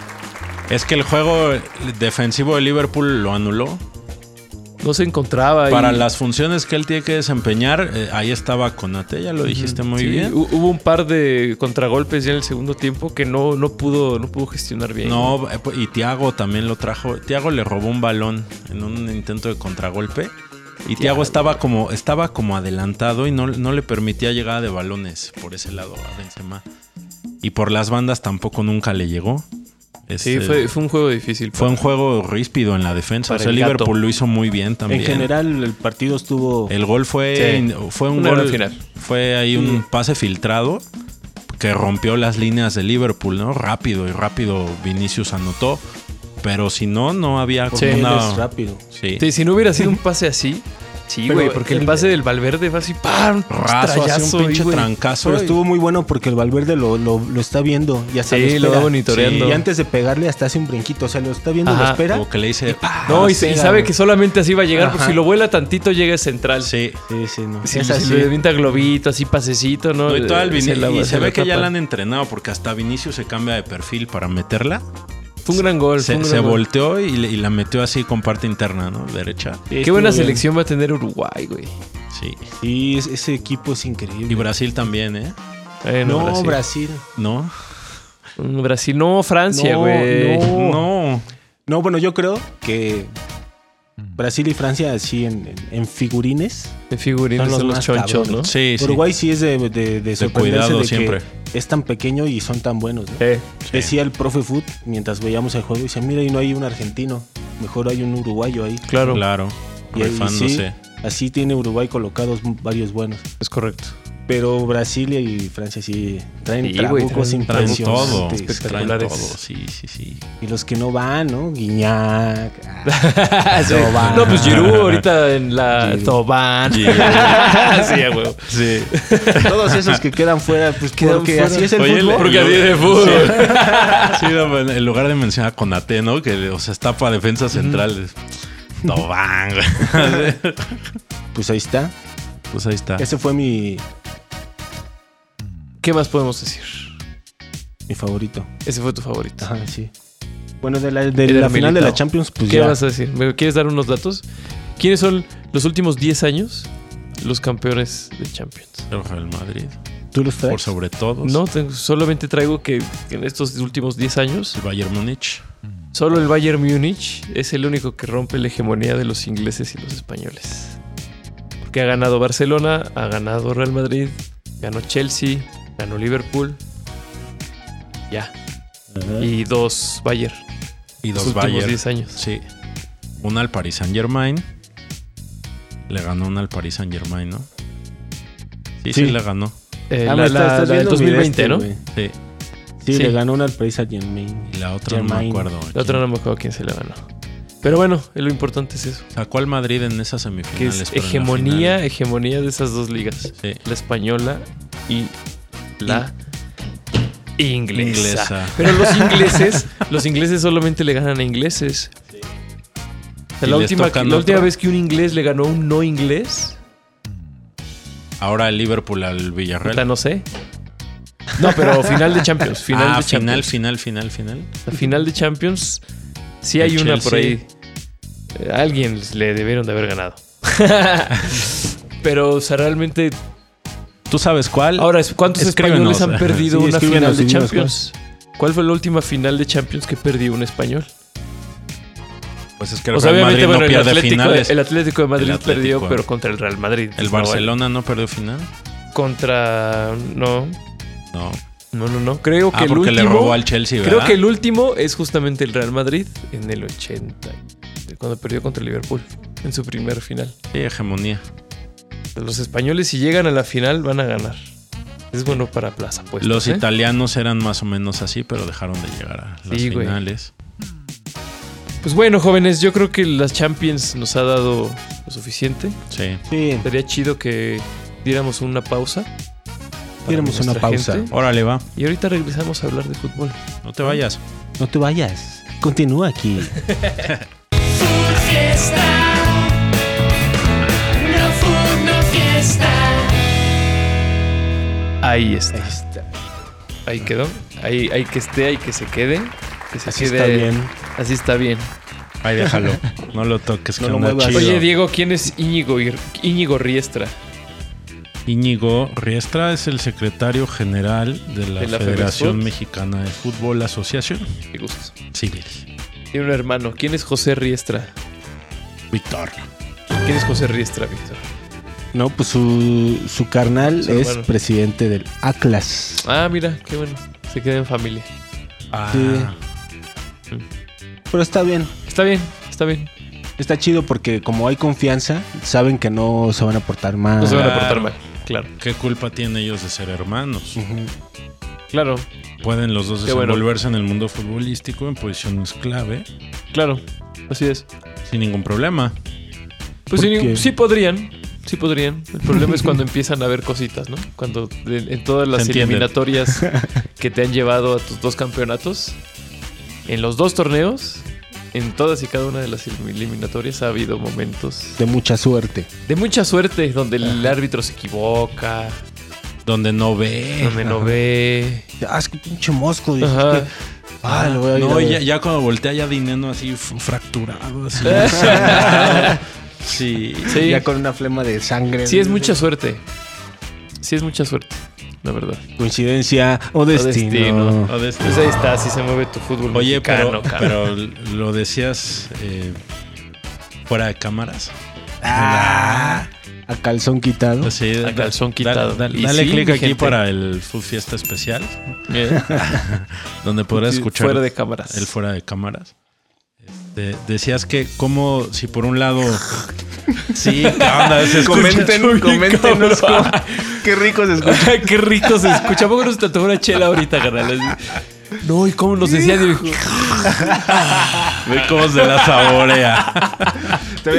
Speaker 3: Es que el juego defensivo de Liverpool lo anuló.
Speaker 4: No se encontraba. ahí.
Speaker 3: Para las funciones que él tiene que desempeñar, eh, ahí estaba Conate, ya lo dijiste muy
Speaker 4: Sí,
Speaker 3: bien.
Speaker 4: hu- Hubo un par de contragolpes ya en el segundo tiempo que no, no, pudo, no pudo gestionar bien.
Speaker 3: No, eh, y Tiago también lo trajo. Tiago le robó un balón en un intento de contragolpe. Y Tiago estaba como, estaba como adelantado y no, no le permitía llegada de balones por ese lado a Benzema. Y por las bandas tampoco nunca le llegó.
Speaker 4: Sí,
Speaker 3: Este,
Speaker 4: fue, fue un juego difícil.
Speaker 3: fue un juego ríspido en la defensa. O
Speaker 4: Para
Speaker 3: sea,
Speaker 4: el gato.
Speaker 3: Liverpool lo hizo muy bien también.
Speaker 5: En general, el partido estuvo.
Speaker 3: El gol fue,
Speaker 4: Sí.
Speaker 3: in- fue un
Speaker 4: Una gran
Speaker 3: gol.
Speaker 4: final. Mm.
Speaker 3: Fue ahí un pase filtrado que rompió las líneas de Liverpool, ¿no? Rápido y rápido Vinicius anotó. Pero si no, no había
Speaker 5: Porque
Speaker 3: como
Speaker 5: él
Speaker 3: una-
Speaker 5: es rápido.
Speaker 3: Sí.
Speaker 4: Sí, si no hubiera sido un pase así. Sí,
Speaker 5: Pero
Speaker 4: güey, porque el
Speaker 5: el-
Speaker 4: pase del Valverde fue así, ¡pam! Un
Speaker 3: Raso, así
Speaker 4: trayazo
Speaker 3: un
Speaker 4: ahí,
Speaker 3: pinche
Speaker 4: güey.
Speaker 3: trancazo.
Speaker 5: Pero
Speaker 3: y-
Speaker 5: estuvo muy bueno porque el Valverde lo, lo, lo está viendo y hasta
Speaker 4: Sí, lo
Speaker 5: espera.
Speaker 4: va monitoreando.
Speaker 5: Y antes de pegarle hasta hace un brinquito. O sea, lo está viendo,
Speaker 4: Ajá.
Speaker 5: lo espera.
Speaker 3: Como que le dice.
Speaker 4: No, y,
Speaker 5: Ah,
Speaker 4: se- y
Speaker 5: pega,
Speaker 4: sabe
Speaker 5: güey.
Speaker 4: que solamente así va a llegar, porque
Speaker 5: Ajá.
Speaker 4: si lo vuela tantito llega a central.
Speaker 3: Sí.
Speaker 5: Sí, sí, no.
Speaker 4: Si,
Speaker 5: Es
Speaker 4: si
Speaker 5: así.
Speaker 4: le avienta globito, así pasecito, ¿no?
Speaker 3: No, y todo el Vini-
Speaker 4: Se la-
Speaker 3: y se,
Speaker 4: la
Speaker 3: ve que ya
Speaker 4: tapan.
Speaker 3: la han entrenado porque hasta Vinicius se cambia de perfil para meterla.
Speaker 4: Fue un gran gol. fue
Speaker 3: Se,
Speaker 4: un gran
Speaker 3: se
Speaker 4: gol.
Speaker 3: volteó y, le- y la metió así con parte interna, ¿no? Derecha.
Speaker 4: Qué buena selección va a tener Uruguay, güey.
Speaker 3: Sí.
Speaker 5: Sí, es- ese equipo es increíble.
Speaker 3: Y Brasil también, ¿eh?
Speaker 4: Eh,
Speaker 5: no, Brasil.
Speaker 3: No.
Speaker 4: Mm, Brasil, no, Francia,
Speaker 5: No,
Speaker 4: güey.
Speaker 5: no.
Speaker 3: No.
Speaker 5: No, bueno, yo creo que
Speaker 4: Mm.
Speaker 5: Brasil y Francia, así en, en- en figurines.
Speaker 4: De figurines
Speaker 5: Son los
Speaker 4: son los
Speaker 5: más
Speaker 4: chonchos,
Speaker 5: cabrones.
Speaker 4: ¿no?
Speaker 3: Sí, sí.
Speaker 5: Uruguay sí es de, de, de sorprenderse
Speaker 3: cuidado
Speaker 5: de que
Speaker 3: siempre.
Speaker 5: es tan pequeño y son tan buenos. ¿no?
Speaker 4: Eh,
Speaker 5: Decía el profe Foot mientras veíamos el juego: dice, mira, ahí no hay un argentino. Mejor hay un uruguayo ahí.
Speaker 4: claro,
Speaker 3: Claro.
Speaker 5: Y ahí sí,
Speaker 3: Rifándose.
Speaker 5: así tiene Uruguay colocados varios buenos.
Speaker 4: es correcto.
Speaker 5: Pero Brasil y Francia sí traen
Speaker 4: Sí, güey,
Speaker 5: trabucos
Speaker 4: traen-
Speaker 3: Traen todo.
Speaker 5: impresionantes.
Speaker 3: Traen
Speaker 4: Espectaculares.
Speaker 3: todo. Sí, sí, sí.
Speaker 5: Y los que no van, ¿no? Guiñac. ah,
Speaker 4: [LAUGHS] Sí.
Speaker 5: Tobán.
Speaker 4: No, pues
Speaker 3: [LAUGHS]
Speaker 4: Giroud ahorita en la
Speaker 5: Giroud.
Speaker 4: Tobán. sí, a huevo.
Speaker 3: Sí.
Speaker 5: [LAUGHS] Todos esos que quedan fuera, pues
Speaker 4: Quedan
Speaker 5: porque
Speaker 4: fuera.
Speaker 5: así es el
Speaker 3: Oye,
Speaker 5: fútbol.
Speaker 3: le-
Speaker 4: Porque
Speaker 3: lo-
Speaker 4: así es el fútbol.
Speaker 3: [LAUGHS] Sí, no, en en lugar de mencionar con Ate, ¿no? Que o sea, está para defensas centrales. Tobán. güey.
Speaker 5: Pues ahí está.
Speaker 3: pues ahí está.
Speaker 5: Ese fue mi,
Speaker 4: ¿Qué más podemos decir?
Speaker 5: mi favorito.
Speaker 4: Ese fue tu favorito.
Speaker 5: Ajá, sí. Bueno, de la, de
Speaker 4: Era
Speaker 5: la final de
Speaker 4: Militao.
Speaker 5: la Champions, pues
Speaker 4: ¿Qué
Speaker 5: ya.
Speaker 4: vas a decir? ¿Me ¿Quieres dar unos datos? ¿Quiénes son los últimos 10 años los campeones de Champions?
Speaker 3: El Real Madrid.
Speaker 5: ¿Tú los
Speaker 3: Por
Speaker 5: traes?
Speaker 3: sobre todo.
Speaker 4: No, tengo- solamente traigo que que en estos últimos 10 años
Speaker 3: El Bayern Múnich.
Speaker 4: Solo el Bayern Múnich es el único que rompe la hegemonía de los ingleses y los españoles. Porque ha ganado Barcelona, ha ganado Real Madrid, ganó Chelsea, ganó Liverpool. Ya. Y dos Bayern.
Speaker 3: Y
Speaker 4: Los
Speaker 3: dos
Speaker 4: últimos
Speaker 3: Bayern.
Speaker 4: 10 años.
Speaker 3: Sí. Una al Paris Saint Germain. Le ganó una al Paris Saint Germain, ¿no? Sí, sí,
Speaker 5: Sí.
Speaker 3: le ganó.
Speaker 4: Eh,
Speaker 5: Ah,
Speaker 4: la,
Speaker 5: me estás-
Speaker 4: la-
Speaker 5: estás
Speaker 4: la del
Speaker 5: viendo mi de
Speaker 4: 2020,
Speaker 5: este,
Speaker 4: ¿no?
Speaker 5: güey.
Speaker 3: Sí.
Speaker 5: Sí,
Speaker 4: Sí.
Speaker 5: le ganó una al Paris Saint-Germain.
Speaker 3: Y la otra no me
Speaker 5: Germain.
Speaker 3: acuerdo.
Speaker 4: La otra no me acuerdo quién se la ganó. Pero bueno, eh, lo importante es eso.
Speaker 3: Sacó al Madrid en esas
Speaker 4: Que
Speaker 3: semifinales.
Speaker 4: es
Speaker 3: pero en la final-
Speaker 4: hegemonía, hegemonía de esas dos ligas.
Speaker 3: Sí.
Speaker 4: La española y la inglesa.
Speaker 3: Inglesa.
Speaker 4: Pero
Speaker 3: [LAUGHS]
Speaker 4: los ingleses, los ingleses solamente le ganan a ingleses. O sea,
Speaker 3: Y
Speaker 4: la,
Speaker 3: les
Speaker 4: última,
Speaker 3: tocan
Speaker 4: la última
Speaker 3: otro.
Speaker 4: vez que un inglés le ganó a un no inglés,
Speaker 3: Ahora el Liverpool al
Speaker 4: puta,
Speaker 3: Villarreal.
Speaker 4: no sé. No, pero final de Champions. Final
Speaker 3: ah,
Speaker 4: de
Speaker 3: final,
Speaker 4: Champions.
Speaker 3: final, final, final.
Speaker 4: La final de Champions, sí hay
Speaker 3: El
Speaker 4: una por ahí.
Speaker 3: Chelsea.
Speaker 4: Eh, A alguien le debieron de haber ganado. [LAUGHS] pero, o sea, realmente.
Speaker 3: ¿Tú sabes cuál?
Speaker 4: Ahora, ¿cuántos
Speaker 3: Escríbenos.
Speaker 4: españoles han perdido
Speaker 3: [LAUGHS]
Speaker 5: Sí,
Speaker 4: una final
Speaker 5: escríbenos
Speaker 4: de
Speaker 5: y dinos
Speaker 4: Champions? ¿Cuál fue la última final de Champions que perdió un español?
Speaker 3: pues es que el
Speaker 4: O sea,
Speaker 3: Real
Speaker 4: obviamente, bueno,
Speaker 3: Madrid no
Speaker 4: el,
Speaker 3: pierde
Speaker 4: Atlético,
Speaker 3: finales.
Speaker 4: el
Speaker 3: El,
Speaker 4: Atlético de Madrid
Speaker 3: El Atlético.
Speaker 4: perdió, pero contra el Real Madrid. No,
Speaker 3: Barcelona no perdió final.
Speaker 4: bueno, Contra. No,
Speaker 3: No.
Speaker 4: no, no, no. Creo
Speaker 3: Ah,
Speaker 4: que el
Speaker 3: porque
Speaker 4: último.
Speaker 3: le robó al Chelsea, ¿verdad?
Speaker 4: creo que el último es justamente el Real Madrid en el 80, cuando perdió contra el Liverpool en su primer final.
Speaker 3: Sí, hegemonía.
Speaker 4: Los españoles, si llegan a la final, van a ganar. Es bueno para plaza, pues.
Speaker 3: Los italianos eran más o menos así, pero dejaron de llegar a las
Speaker 4: Sí, güey.
Speaker 3: finales.
Speaker 4: Pues bueno, jóvenes, yo creo que las Champions nos ha dado lo suficiente.
Speaker 3: Sí.
Speaker 5: Sí.
Speaker 4: Sería chido que diéramos una pausa para
Speaker 5: Iremos a una
Speaker 4: nuestra
Speaker 5: pausa.
Speaker 4: gente.
Speaker 3: Órale, va.
Speaker 4: Y ahorita regresamos a hablar de fútbol.
Speaker 3: No te vayas.
Speaker 5: No te vayas.
Speaker 4: [LAUGHS]
Speaker 5: Continúa aquí.
Speaker 1: Food fiesta. No food, no fiesta.
Speaker 4: Ahí está. Ahí
Speaker 5: Este,
Speaker 4: quedó. Ahí, ahí que esté, ahí que se quede. Que se
Speaker 5: Así
Speaker 4: quede-
Speaker 5: está bien.
Speaker 4: Así está bien. [LAUGHS]
Speaker 3: Ahí déjalo. No lo toques, que
Speaker 5: No lo
Speaker 3: anda
Speaker 5: muevas.
Speaker 3: chido.
Speaker 4: Oye, Diego, ¿quién es Íñigo, Ir- Íñigo Riestra?
Speaker 3: Íñigo Riestra es el secretario general de la,
Speaker 4: De la
Speaker 3: Federación
Speaker 4: Femex Fut.
Speaker 3: Mexicana de Fútbol Asociación
Speaker 4: Qué gusto.
Speaker 3: Civil.
Speaker 4: Tiene un hermano. ¿Quién es José Riestra?
Speaker 3: Víctor.
Speaker 4: ¿Quién es José Riestra, Víctor?
Speaker 5: No, pues su, su carnal
Speaker 4: Su
Speaker 5: es
Speaker 4: hermano.
Speaker 5: presidente del ACLAS.
Speaker 4: Ah, mira, qué bueno. Se queda en familia.
Speaker 3: Ah,
Speaker 5: Pero está bien.
Speaker 4: Está bien, está bien.
Speaker 5: Está chido porque como hay confianza, saben que no se van a portar mal.
Speaker 4: No se van a
Speaker 3: Claro.
Speaker 4: portar mal. Claro,
Speaker 3: ¿Qué culpa tienen ellos de ser hermanos?
Speaker 5: Ujú.
Speaker 4: claro,
Speaker 3: Pueden los dos
Speaker 4: Qué bueno.
Speaker 3: desenvolverse en el mundo futbolístico en posiciones clave
Speaker 4: claro. Así es.
Speaker 3: sin ningún problema.
Speaker 4: Pues
Speaker 5: ¿Por
Speaker 4: sí,
Speaker 5: qué?
Speaker 4: sí podrían. Sí podrían. El problema es cuando empiezan a ver cositas, ¿no? Cuando de- en todas las
Speaker 3: Se entiende. [LAUGHS]
Speaker 4: eliminatorias que te han llevado a tus dos campeonatos, en los dos torneos, en todas y cada una de las eliminatorias ha habido momentos
Speaker 5: De mucha suerte.
Speaker 4: de mucha suerte donde el árbitro se equivoca,
Speaker 3: Donde no ve.
Speaker 4: donde no ve.
Speaker 5: Ah, es que pinche mosco. dije,
Speaker 4: Ajá.
Speaker 5: Ah, lo voy a ir a
Speaker 3: No,
Speaker 5: ver.
Speaker 3: ya, ya cuando voltea ya dinero así f- fracturado, así.
Speaker 5: Eh. [LAUGHS]
Speaker 3: sangrado. sí.
Speaker 4: Sí,
Speaker 5: Ya con una flema de sangre.
Speaker 4: sí es mucha suerte. Sí es mucha suerte, la verdad.
Speaker 5: Coincidencia o destino.
Speaker 4: destino.
Speaker 3: O de este-
Speaker 4: Pues ahí está, así se mueve tu fútbol
Speaker 3: Oye,
Speaker 4: mexicano,
Speaker 3: pero,
Speaker 4: cabrón.
Speaker 3: pero lo decías eh, fuera de cámaras.
Speaker 5: Ah, a calzón quitado.
Speaker 3: Pues sí,
Speaker 4: A
Speaker 3: da-
Speaker 4: calzón
Speaker 3: da-
Speaker 4: quitado.
Speaker 3: da-
Speaker 4: Y
Speaker 3: dale
Speaker 4: sí,
Speaker 3: clic
Speaker 4: mi
Speaker 3: aquí
Speaker 4: gente.
Speaker 3: para el Food Fiesta especial,
Speaker 4: Eh.
Speaker 3: [LAUGHS] donde podrás
Speaker 4: Sí,
Speaker 3: escuchar
Speaker 4: Fuera de cámaras. [LAUGHS]
Speaker 3: el fuera de cámaras. Este, decías que como si por un lado... sí, ¿qué onda? Se [LAUGHS] escucha-
Speaker 5: coméntenos cómo- qué rico
Speaker 4: [LAUGHS]
Speaker 5: se escucha.
Speaker 4: Qué rico se escucha. ¿A poco nos trató una chela ahorita, carnal? Así. No, y cómo nos decía Diego.
Speaker 3: Ve cómo se la saborea.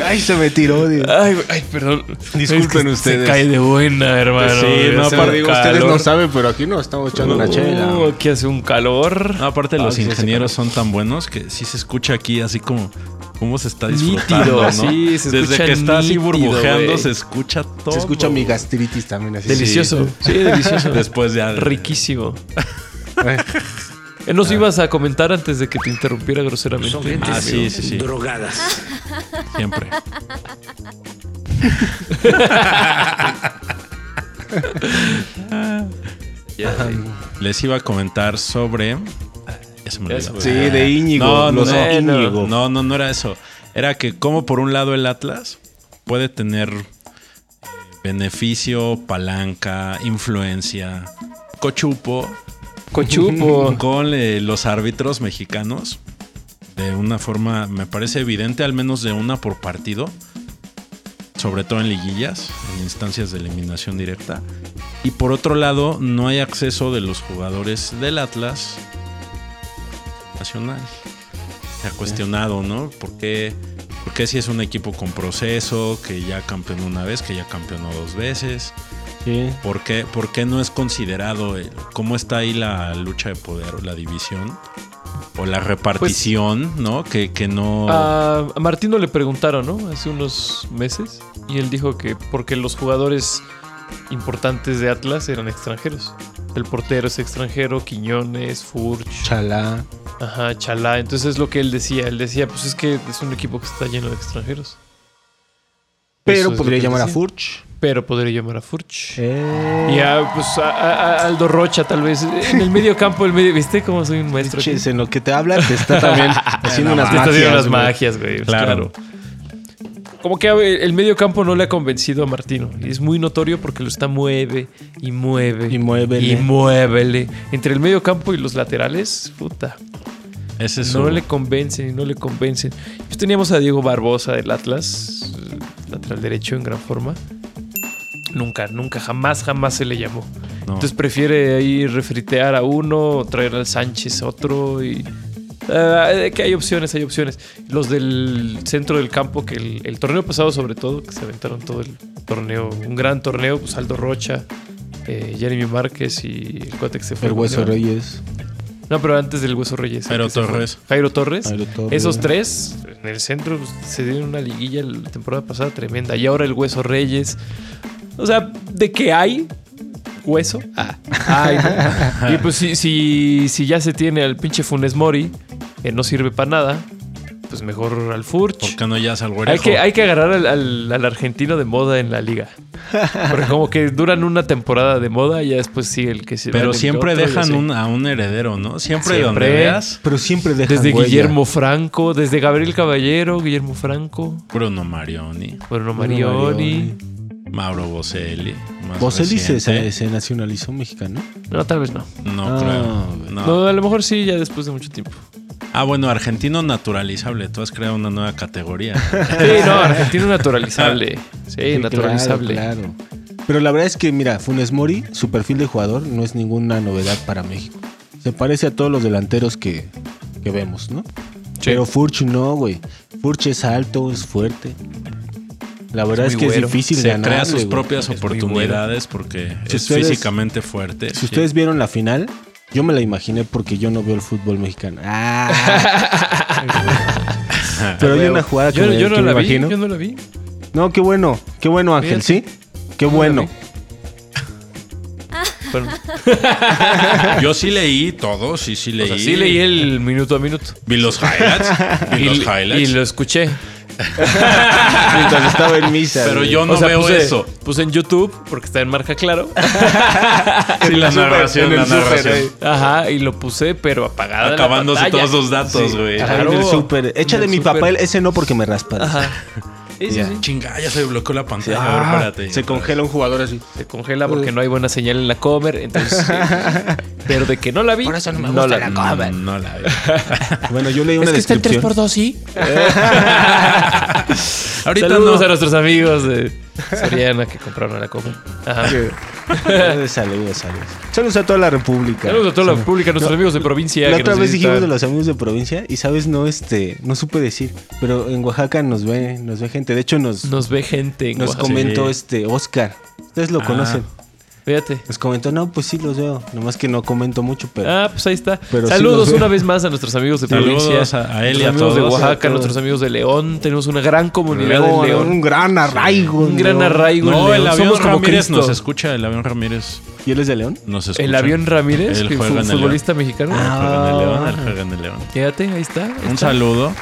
Speaker 5: Ay, se me tiró. Dios.
Speaker 4: Ay, güey, ay, perdón.
Speaker 5: Disculpen ustedes.
Speaker 4: Se cae de buena, hermano.
Speaker 3: Sí, no,
Speaker 4: Hace
Speaker 3: aparte-
Speaker 4: un
Speaker 5: Digo,
Speaker 4: calor.
Speaker 5: ustedes no saben, pero aquí nos estamos echando una
Speaker 4: Uh,
Speaker 5: chela. Ah,
Speaker 4: Aquí hace un calor.
Speaker 3: No, aparte los
Speaker 5: sí, sí,
Speaker 3: ingenieros son tan buenos que sí se escucha aquí así como... ¿Cómo se está
Speaker 4: Nítido,
Speaker 3: disfrutando? ¿no?
Speaker 4: sí, se
Speaker 3: Desde
Speaker 4: escucha
Speaker 3: que está así
Speaker 4: nítido,
Speaker 3: burbujeando,
Speaker 4: güey.
Speaker 3: se escucha todo.
Speaker 5: Se escucha mi gastritis también así.
Speaker 4: Delicioso. Sí, [LAUGHS]
Speaker 5: [LAUGHS]
Speaker 4: delicioso.
Speaker 3: Después ya.
Speaker 4: Riquísimo. Eh, Nos ibas a comentar antes de que te interrumpiera groseramente.
Speaker 5: Pues
Speaker 3: Ah, sí, sí, sí.
Speaker 6: drogadas.
Speaker 3: [LAUGHS] Siempre. Les iba a comentar sobre. Ya se me olvidó.
Speaker 4: Eso.
Speaker 5: Sí, de Íñigo.
Speaker 3: No, no,
Speaker 5: los
Speaker 3: no.
Speaker 5: Íñigo.
Speaker 3: No, no, no era eso. Era que como por un lado el Atlas puede tener eh, beneficio, palanca, influencia, cochupo
Speaker 5: [LAUGHS]
Speaker 4: Cochupo.
Speaker 3: con eh, los árbitros mexicanos de una forma, me parece evidente, al menos de una por partido, sobre todo en liguillas, en instancias de eliminación directa. Y por otro lado, no hay acceso de los jugadores del Atlas Nacional. Se ha cuestionado, ¿no? ¿Por qué, por qué si es un equipo con proceso, que ya campeonó una vez, que ya campeonó dos veces?
Speaker 5: Sí.
Speaker 3: ¿Por qué, por qué no es considerado el- cómo está ahí la lucha de poder o la división? O
Speaker 4: Pues,
Speaker 3: la repartición, ¿no? Que, que no...
Speaker 4: A, a Martino le preguntaron, ¿no? Hace unos meses. Y él dijo que porque los jugadores importantes de Atlas eran extranjeros. El portero es extranjero, Quiñones, Furch,
Speaker 5: Chalá.
Speaker 4: ajá, Chalá. Entonces es lo que él decía. Él decía, pues es que es un equipo que está lleno de extranjeros. Eso
Speaker 5: Pero
Speaker 4: es
Speaker 5: podría
Speaker 4: lo que
Speaker 5: llamar a
Speaker 4: decía.
Speaker 5: Furch.
Speaker 4: Pero podría llamar a Furch.
Speaker 5: Eh.
Speaker 4: Y a, pues, a- a- a Aldo Rocha, tal vez. En el medio campo, el medio. ¿Viste cómo soy un maestro? aquí?
Speaker 5: Ches, en lo que te habla te está
Speaker 4: [LAUGHS]
Speaker 5: también haciendo unas
Speaker 4: Te
Speaker 5: magias.
Speaker 4: está haciendo las
Speaker 5: güey.
Speaker 4: magias, güey. Pues,
Speaker 3: Claro.
Speaker 4: Como que a ver, el medio campo no le ha convencido a Martino. Y es muy notorio porque lo está mueve y mueve.
Speaker 5: Y muévele.
Speaker 4: Y muévele. Entre el medio campo y los laterales, puta.
Speaker 3: ese es
Speaker 4: No
Speaker 3: su-
Speaker 4: le convencen y no le convencen. Pues teníamos a Diego Barbosa del Atlas, eh, lateral derecho en gran forma. Nunca, nunca, jamás, jamás se le llamó.
Speaker 3: no.
Speaker 4: Entonces prefiere ahí refritear a uno, traer al Sánchez otro y... Ah, eh, que hay opciones, hay opciones. Los del centro del campo, que el, el torneo pasado sobre todo, que se aventaron todo el torneo, un gran torneo, pues Aldo Rocha, eh, Jeremy Márquez y el cuate que se fue.
Speaker 5: El Hueso
Speaker 4: ¿no?
Speaker 5: Reyes.
Speaker 4: No, pero antes del Hueso Reyes. el
Speaker 3: Jairo
Speaker 4: que se fue.
Speaker 3: Torres.
Speaker 4: Jairo Torres.
Speaker 5: Jairo Torres.
Speaker 4: Esos tres en el centro pues, se dieron una liguilla la temporada pasada tremenda. Y ahora el Hueso Reyes. O sea, ¿de qué hay? Hueso. Ah, hay,
Speaker 3: [LAUGHS]
Speaker 4: ¿no? Y pues si, si, si ya se tiene al pinche Funes Mori, que no sirve para nada, pues mejor al Furch.
Speaker 3: ¿Por qué no ya al
Speaker 4: Hay
Speaker 3: güerejo?
Speaker 4: que, hay que agarrar al, al- al argentino de moda en la liga. Porque como que duran una temporada de moda y ya después sí el que se
Speaker 3: Pero siempre
Speaker 4: otro y
Speaker 3: dejan
Speaker 4: así.
Speaker 3: un- a un heredero, ¿no? Siempre, donde
Speaker 4: Siempre.
Speaker 3: veas,
Speaker 5: Pero siempre dejan
Speaker 4: Desde
Speaker 5: huella.
Speaker 4: Guillermo Franco, desde Gabriel Caballero, Guillermo Franco,
Speaker 3: Bruno Marioni,
Speaker 4: Bruno
Speaker 5: Marioni.
Speaker 4: Marioni.
Speaker 3: Mauro Boselli. más
Speaker 5: Boselli se, se,
Speaker 3: reciente.
Speaker 5: se nacionalizó mexicano.
Speaker 4: No, tal vez no.
Speaker 3: No
Speaker 5: Ah,
Speaker 3: creo.
Speaker 5: güey.
Speaker 3: no.
Speaker 4: No, a lo mejor sí, ya después de mucho
Speaker 3: [LAUGHS]
Speaker 4: tiempo.
Speaker 3: Ah, bueno, argentino naturalizable. Tú has creado una nueva categoría.
Speaker 4: Sí, no, argentino
Speaker 3: [LAUGHS]
Speaker 4: naturalizable. Sí,
Speaker 5: Sí,
Speaker 4: naturalizable.
Speaker 5: Claro, claro. Pero la verdad es que, mira, Funes Mori, su perfil de jugador no es ninguna novedad para México. Se parece a todos los delanteros que, que vemos, ¿no? Pero Furch no, güey. Furch es alto, es fuerte. La verdad
Speaker 4: Es
Speaker 5: es,
Speaker 4: muy
Speaker 5: que
Speaker 4: güero.
Speaker 5: [LAUGHS] es difícil
Speaker 3: se
Speaker 5: ganarle,
Speaker 3: crea sus
Speaker 5: güey.
Speaker 3: propias
Speaker 4: Es muy
Speaker 3: oportunidades porque
Speaker 5: Si
Speaker 3: es
Speaker 5: ustedes-
Speaker 3: físicamente fuerte.
Speaker 5: Si
Speaker 3: sí.
Speaker 5: ustedes vieron la final, yo me la imaginé porque yo no veo el fútbol mexicano.
Speaker 4: [LAUGHS]
Speaker 5: Ah. Pero hay una jugada que
Speaker 4: yo,
Speaker 5: me,
Speaker 4: yo no
Speaker 5: que me
Speaker 4: la vi,
Speaker 5: imagino.
Speaker 4: yo no la vi.
Speaker 5: No, qué bueno, qué bueno Ángel, ¿sí? Qué
Speaker 4: no la
Speaker 5: bueno.
Speaker 4: vi. Pero, o
Speaker 3: [LAUGHS] Yo sí leí todo, sí, sí leí.
Speaker 4: sea, sí leí el minuto a minuto.
Speaker 3: Vi los highlights. Vi
Speaker 4: [LAUGHS]
Speaker 3: los
Speaker 4: y
Speaker 3: highlights.
Speaker 4: lo escuché.
Speaker 5: [LAUGHS] Mientras estaba en misa.
Speaker 3: Pero
Speaker 5: güey.
Speaker 3: yo no
Speaker 4: O sea,
Speaker 3: veo
Speaker 4: puse- [LAUGHS]
Speaker 3: eso.
Speaker 4: Puse en YouTube, porque está en marca claro.
Speaker 3: [LAUGHS] Sí, la narración,
Speaker 5: en
Speaker 3: la
Speaker 5: el súper,
Speaker 3: narración.
Speaker 5: güey.
Speaker 4: Ajá, y lo puse, pero apagada. la
Speaker 3: Acabándose
Speaker 4: pantalla.
Speaker 3: todos los datos, güey.
Speaker 5: Ajá,
Speaker 4: Claro.
Speaker 5: en el súper. Echa
Speaker 4: En
Speaker 5: de
Speaker 4: el
Speaker 5: mi
Speaker 4: súper.
Speaker 5: papel, ese no porque me raspa.
Speaker 3: [LAUGHS]
Speaker 4: Ajá. Sí, sí,
Speaker 5: Ya.
Speaker 4: sí.
Speaker 3: Chinga, ya se bloqueó la pantalla.
Speaker 5: Ah,
Speaker 3: a ver, espérate.
Speaker 5: se congela un jugador así.
Speaker 4: Se congela porque no hay buena señal en la cover, [LAUGHS] entonces. eh, pero de que no la vi. Por eso no me gusta la
Speaker 3: No, no la
Speaker 4: [LAUGHS]
Speaker 3: veo.
Speaker 5: Bueno, yo leí una descripción.
Speaker 4: 3x2, sí.
Speaker 3: [LAUGHS] Ahorita
Speaker 4: Saludos
Speaker 3: no.
Speaker 4: a nuestros amigos de Soriana que compraron la cover. Ajá.
Speaker 5: [LAUGHS] Saludos, saludos, saludos. Saludos a toda la República.
Speaker 4: Saludos a toda la pública, nuestros amigos de provincia.
Speaker 5: La
Speaker 4: que
Speaker 5: otra
Speaker 4: nos
Speaker 5: vez dijimos de
Speaker 4: visitan.
Speaker 5: los amigos de provincia y sabes no este no supe decir, pero en Oaxaca nos ve nos ve gente. De hecho nos
Speaker 4: Nos ve gente en
Speaker 5: nos
Speaker 4: Oaxaca.
Speaker 5: comentó este Oscar. Ustedes lo
Speaker 3: Ah.
Speaker 5: conocen.
Speaker 4: Fíjate.
Speaker 5: Nos comentó no pues sí los veo, nomás que no comento mucho, pero
Speaker 4: Ah, pues ahí está.
Speaker 5: Pero sí
Speaker 4: Saludos
Speaker 5: nos ve.
Speaker 4: una vez más a nuestros amigos de
Speaker 3: Saludos
Speaker 4: provincia.
Speaker 3: a- a él y
Speaker 4: nuestros amigos
Speaker 3: a todos.
Speaker 4: de
Speaker 5: A
Speaker 4: Oaxaca,
Speaker 5: todos.
Speaker 4: nuestros amigos de León. Tenemos una gran comunidad
Speaker 5: León,
Speaker 4: en León.
Speaker 5: un gran arraigo,
Speaker 4: Un gran arraigo en
Speaker 3: No,
Speaker 4: León.
Speaker 3: el avión
Speaker 4: Somos como
Speaker 3: Ramírez
Speaker 4: Cristo.
Speaker 3: nos escucha. El avión Ramírez
Speaker 5: ¿Y él es de León?
Speaker 3: nos escucha.
Speaker 4: El avión Ramírez,
Speaker 3: Él
Speaker 4: que
Speaker 3: juega
Speaker 4: fue
Speaker 3: en
Speaker 4: un
Speaker 3: el
Speaker 4: futbolista mexicano.
Speaker 3: Él juega en el León,
Speaker 5: Ah.
Speaker 3: él juega en el León.
Speaker 4: Fíjate, ahí está. ahí
Speaker 3: Un
Speaker 4: está.
Speaker 3: saludo.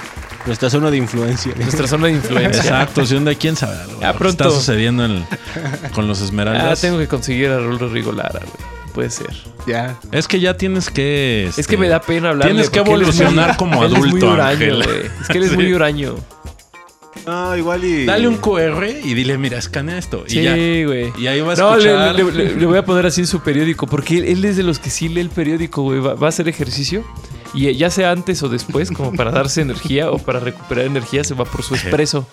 Speaker 5: Nuestra zona de influencia.
Speaker 4: Nuestra zona de
Speaker 3: [LAUGHS]
Speaker 4: influencia.
Speaker 3: Exacto, si un de quién sabe algo.
Speaker 4: Ya
Speaker 3: Lo que Está
Speaker 4: pronto.
Speaker 3: sucediendo en el- con los
Speaker 4: Ah,
Speaker 3: Esmeraldas.
Speaker 4: tengo que conseguir a Raúl Rodrigo Lara, güey. Puede ser.
Speaker 5: [LAUGHS] Ya.
Speaker 3: Es que ya tienes que.
Speaker 4: Es
Speaker 3: este,
Speaker 4: que me da pena hablar.
Speaker 3: Tienes que evolucionar
Speaker 4: [LAUGHS]
Speaker 3: como
Speaker 4: Es muy
Speaker 3: adulto,
Speaker 4: huraño,
Speaker 3: Ángel.
Speaker 4: güey. Es que él es muy
Speaker 3: [LAUGHS] Sí.
Speaker 4: huraño.
Speaker 5: No, igual y
Speaker 3: Dale un QR y dile, mira, escanea esto. Y ya.
Speaker 4: Sí, güey.
Speaker 3: Y ahí va a
Speaker 4: No, le,
Speaker 3: escuchar.
Speaker 4: le- le- le voy a poner así en su periódico, porque él, él es de los que sí lee el periódico, güey. Va, va a hacer ejercicio y eh, ya sea antes o después, como
Speaker 3: [LAUGHS]
Speaker 4: para darse energía o para recuperar energía, se va por su expreso.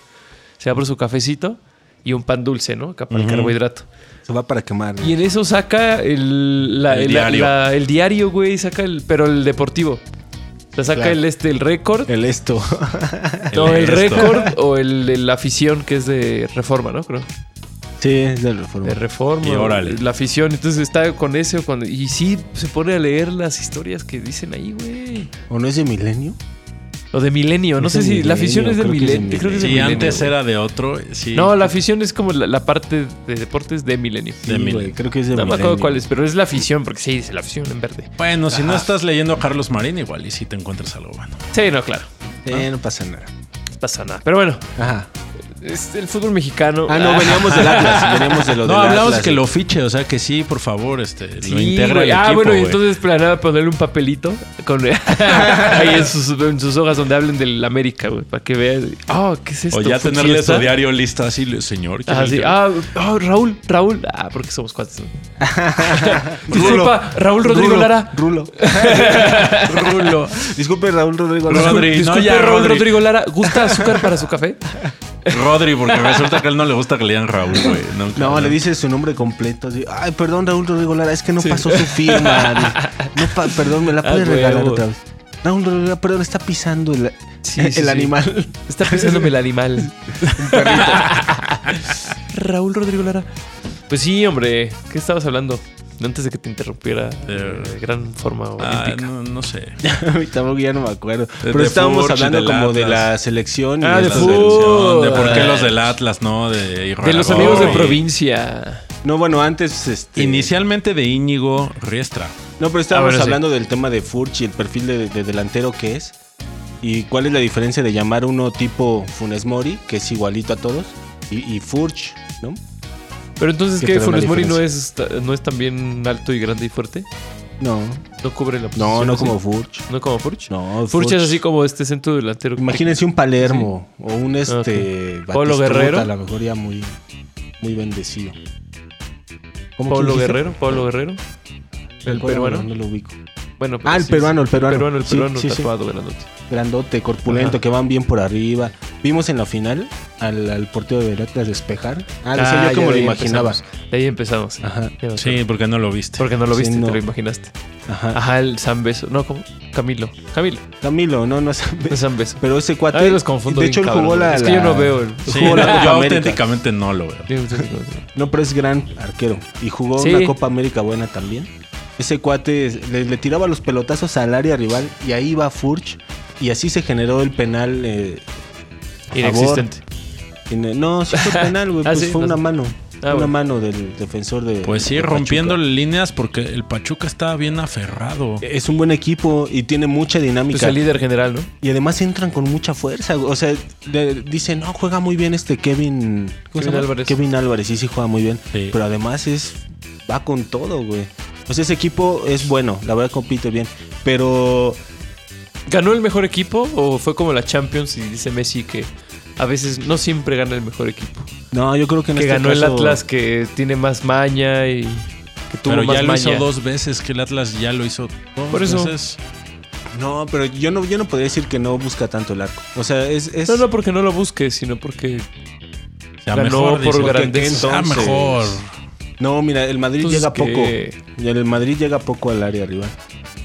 Speaker 4: Se va por su cafecito y un pan dulce, ¿no? Acá para el
Speaker 3: Ujú.
Speaker 4: carbohidrato.
Speaker 5: se va para quemar. ¿no?
Speaker 4: Y en eso saca el, la-
Speaker 3: El
Speaker 4: el-
Speaker 3: diario.
Speaker 4: la- el diario, güey. Saca el, pero el deportivo. La saca
Speaker 5: Claro.
Speaker 4: el este, el récord. [LAUGHS]
Speaker 5: El esto.
Speaker 4: no, el
Speaker 3: esto.
Speaker 4: récord o el, el afición que es de reforma, ¿no? Creo.
Speaker 5: sí, es del reforma.
Speaker 4: De reforma.
Speaker 3: Y órale.
Speaker 4: La afición. Entonces está con ese. o con- y sí, se pone a leer las historias que dicen ahí, güey.
Speaker 5: ¿O no es de milenio?
Speaker 4: O de milenio. No
Speaker 5: Es
Speaker 4: sé
Speaker 5: de
Speaker 4: si la
Speaker 5: Milenio,
Speaker 4: afición es de
Speaker 5: creo que es de
Speaker 4: milenio. Creo que es de
Speaker 3: Sí,
Speaker 4: milenio.
Speaker 3: antes
Speaker 4: güey.
Speaker 3: era de otro. Sí.
Speaker 4: No, la afición es como la, la parte de deportes de milenio.
Speaker 3: De
Speaker 5: Sí,
Speaker 3: Milenio.
Speaker 5: güey, Creo que es de
Speaker 4: No me
Speaker 5: milenio.
Speaker 4: acuerdo cuál es, pero es la afición, porque sí, dice la afición en verde.
Speaker 3: Bueno, si no estás leyendo a Carlos Marín, igual y si te encuentras algo bueno.
Speaker 4: Sí, no, claro.
Speaker 5: Eh, no pasa nada.
Speaker 4: No pasa nada. Pero bueno,
Speaker 5: Ajá.
Speaker 4: es el fútbol mexicano.
Speaker 5: Ah, no, veníamos del
Speaker 4: [LAUGHS]
Speaker 5: Atlas. Veníamos de lo
Speaker 3: No,
Speaker 5: del
Speaker 3: hablamos
Speaker 5: Atlas.
Speaker 3: que lo fiche, o sea que sí, por favor, este,
Speaker 4: Sí,
Speaker 3: lo integra
Speaker 4: güey.
Speaker 3: el
Speaker 4: ah,
Speaker 3: equipo,
Speaker 4: bueno, y
Speaker 3: güey.
Speaker 4: entonces planeaba ponerle un papelito con, [LAUGHS] ahí en sus, en sus hojas donde hablen del América, güey, para que vean. Ah, ¿qué es esto?
Speaker 3: O ya
Speaker 4: ¿Fue
Speaker 3: tenerle
Speaker 4: fiesta?
Speaker 3: su diario listo así, le- señor. ¿quiere
Speaker 4: Ah,
Speaker 3: el
Speaker 4: sí.
Speaker 3: diario?
Speaker 4: ah, ah, Raúl, Raúl. Ah, porque somos cuates. ¿no? Disculpa,
Speaker 5: Rulo.
Speaker 4: Raúl Rodrigo
Speaker 5: Rulo,
Speaker 4: Lara.
Speaker 5: Rulo.
Speaker 4: [LAUGHS]
Speaker 5: [LAUGHS]
Speaker 3: Rulo.
Speaker 5: Disculpe, Raúl Rodrigo Lara.
Speaker 3: Rodri, no,
Speaker 4: Disculpe,
Speaker 3: ya,
Speaker 4: Raúl
Speaker 3: Rodri.
Speaker 4: Rodrigo Lara. ¿Gusta azúcar para su café?
Speaker 3: Rodri, porque resulta que a él no le gusta que le digan Raúl,
Speaker 4: [LAUGHS]
Speaker 3: güey. No,
Speaker 5: No, le dice su nombre completo. así, Ay, perdón, Raúl Rodrigo Lara, es que no pasó
Speaker 4: [LAUGHS]
Speaker 5: su firma. no pa- perdón, me la
Speaker 4: Ah,
Speaker 5: puede regalar
Speaker 4: huevo.
Speaker 5: otra vez. Raúl Rodrigo Lara, perdón, está pisando el,
Speaker 4: Sí, sí,
Speaker 5: el
Speaker 4: sí.
Speaker 5: animal. [LAUGHS]
Speaker 3: [LAUGHS]
Speaker 4: Está pensándome el animal. Raúl Rodrigo Lara. Pues sí, hombre, ¿qué estabas hablando? Antes de que te interrumpiera
Speaker 3: Eh,
Speaker 4: de gran forma
Speaker 3: Ah,
Speaker 4: olímpica.
Speaker 3: no, no sé.
Speaker 5: Tampoco ya no me acuerdo. Pero
Speaker 3: de
Speaker 5: estábamos
Speaker 3: Furch,
Speaker 5: hablando
Speaker 3: del
Speaker 5: como de
Speaker 3: Atlas.
Speaker 5: la selección. y
Speaker 4: Ah, de
Speaker 5: la
Speaker 3: La
Speaker 4: Furch.
Speaker 5: selección.
Speaker 3: selección, de por qué
Speaker 5: Fútbol.
Speaker 3: los del Atlas, ¿no? De,
Speaker 4: de los amigos de
Speaker 3: Irarrágorri.
Speaker 4: provincia.
Speaker 5: No, bueno, antes. Este,
Speaker 3: Inicialmente de Íñigo Riestra.
Speaker 5: No, pero estábamos
Speaker 4: Ah, bueno, sí.
Speaker 5: hablando del tema de Furch y el perfil de, de delantero que es. Y cuál es la diferencia de llamar uno tipo Funes Mori, que es igualito a todos, y, y Furch, ¿no?
Speaker 4: Pero entonces,
Speaker 5: Que
Speaker 4: ¿qué?
Speaker 5: te da una
Speaker 4: Funes Mori no
Speaker 5: diferencia.
Speaker 4: es, ta- no es también alto y grande y fuerte.
Speaker 5: No,
Speaker 4: No cubre la posición.
Speaker 5: no, no
Speaker 4: así?
Speaker 5: como Furch.
Speaker 4: ¿No como Furch?
Speaker 5: No,
Speaker 4: Furch es así como este centro delantero.
Speaker 5: Imagínense un Palermo o un este.
Speaker 4: Pablo
Speaker 5: Batistuta,
Speaker 4: Guerrero.
Speaker 5: A lo mejor ya muy, muy bendecido. ¿Cómo
Speaker 4: Pablo
Speaker 5: quién dijiste?
Speaker 4: Guerrero, Pablo Guerrero. El
Speaker 5: Bueno,
Speaker 4: peruano.
Speaker 5: No lo ubico.
Speaker 4: Bueno,
Speaker 5: Ah, el peruano, el peruano.
Speaker 4: El peruano, el
Speaker 5: Sí,
Speaker 4: peruano
Speaker 5: sí, sí.
Speaker 4: tatuado, grandote.
Speaker 5: Grandote, corpulento,
Speaker 4: Ajá.
Speaker 5: que van bien por arriba. Vimos en la final al, al portero de Atlas despejar. Ah, decía
Speaker 4: ya
Speaker 5: yo como
Speaker 4: de
Speaker 5: lo
Speaker 4: ahí
Speaker 5: imaginaba.
Speaker 4: empezamos. De ahí empezamos.
Speaker 5: Ajá,
Speaker 4: Ya me acuerdo.
Speaker 3: Sí, porque no lo viste.
Speaker 4: Porque no lo
Speaker 5: Sí,
Speaker 4: viste,
Speaker 5: no.
Speaker 4: te lo imaginaste.
Speaker 5: ajá.
Speaker 4: Ajá, el San Beso. No, ¿cómo? Camilo. Camilo.
Speaker 5: Camilo, no, no es
Speaker 4: El San Beso.
Speaker 5: Pero ese cuate.
Speaker 4: Ay, los confundo.
Speaker 5: de
Speaker 4: bien
Speaker 5: hecho, él jugó
Speaker 4: cabrón.
Speaker 5: la.
Speaker 4: Es que [LAUGHS] yo no veo el.
Speaker 3: Sí,
Speaker 5: Jugó la
Speaker 3: no,
Speaker 5: Copa
Speaker 3: yo
Speaker 5: América.
Speaker 3: auténticamente no lo veo.
Speaker 5: No, pero es gran arquero. Y jugó
Speaker 4: Sí.
Speaker 5: una Copa América buena también. Ese cuate es- le, le tiraba los pelotazos al área rival y ahí va Furch. Y así se generó el penal. eh, favor.
Speaker 4: Inexistente.
Speaker 5: en el- no,
Speaker 4: [LAUGHS]
Speaker 5: sí fue penal, güey.
Speaker 4: Ah,
Speaker 5: pues
Speaker 4: sí, no
Speaker 5: fue
Speaker 4: sé.
Speaker 5: una
Speaker 4: Ah,
Speaker 5: mano. una
Speaker 4: bueno.
Speaker 5: mano del defensor de.
Speaker 3: Pues sí,
Speaker 5: de Pachuca.
Speaker 3: rompiendo líneas porque el Pachuca está bien aferrado.
Speaker 4: Eh,
Speaker 5: Es un buen equipo y tiene mucha dinámica.
Speaker 4: Pues el líder general, ¿no?
Speaker 5: Y además entran con mucha fuerza. güey. O sea, de- dicen, no, juega muy bien este Kevin. ¿cómo se
Speaker 4: Kevin
Speaker 5: llama?
Speaker 4: Álvarez.
Speaker 5: Kevin Álvarez, sí, sí juega muy bien.
Speaker 3: Sí.
Speaker 5: Pero además es. Va con todo, güey. O sea, ese equipo es bueno. La verdad compite bien. Pero.
Speaker 4: ¿Ganó el mejor equipo o fue como la Champions y dice Messi que a veces no siempre gana el mejor equipo?
Speaker 5: No, yo creo que en
Speaker 4: que
Speaker 5: este
Speaker 4: ganó el
Speaker 5: caso-
Speaker 4: Atlas que tiene más maña y que tuvo
Speaker 3: Pero
Speaker 4: más
Speaker 3: ya lo
Speaker 4: maña.
Speaker 3: hizo dos veces, que el Atlas ya lo hizo dos
Speaker 4: Por eso.
Speaker 3: veces.
Speaker 5: No, pero yo no, yo no podría decir que no busca tanto el arco. O sea, es. es-
Speaker 4: No, no porque no lo busque, sino porque
Speaker 3: Ya
Speaker 4: Ganó
Speaker 3: mejor,
Speaker 4: por
Speaker 3: dice.
Speaker 5: Porque
Speaker 4: grandeza.
Speaker 3: Ya
Speaker 5: entonces-
Speaker 3: Ah, mejor.
Speaker 5: No, mira, el Madrid
Speaker 4: Entonces,
Speaker 5: llega
Speaker 4: ¿qué?
Speaker 5: poco. Y El Madrid llega poco al área rival.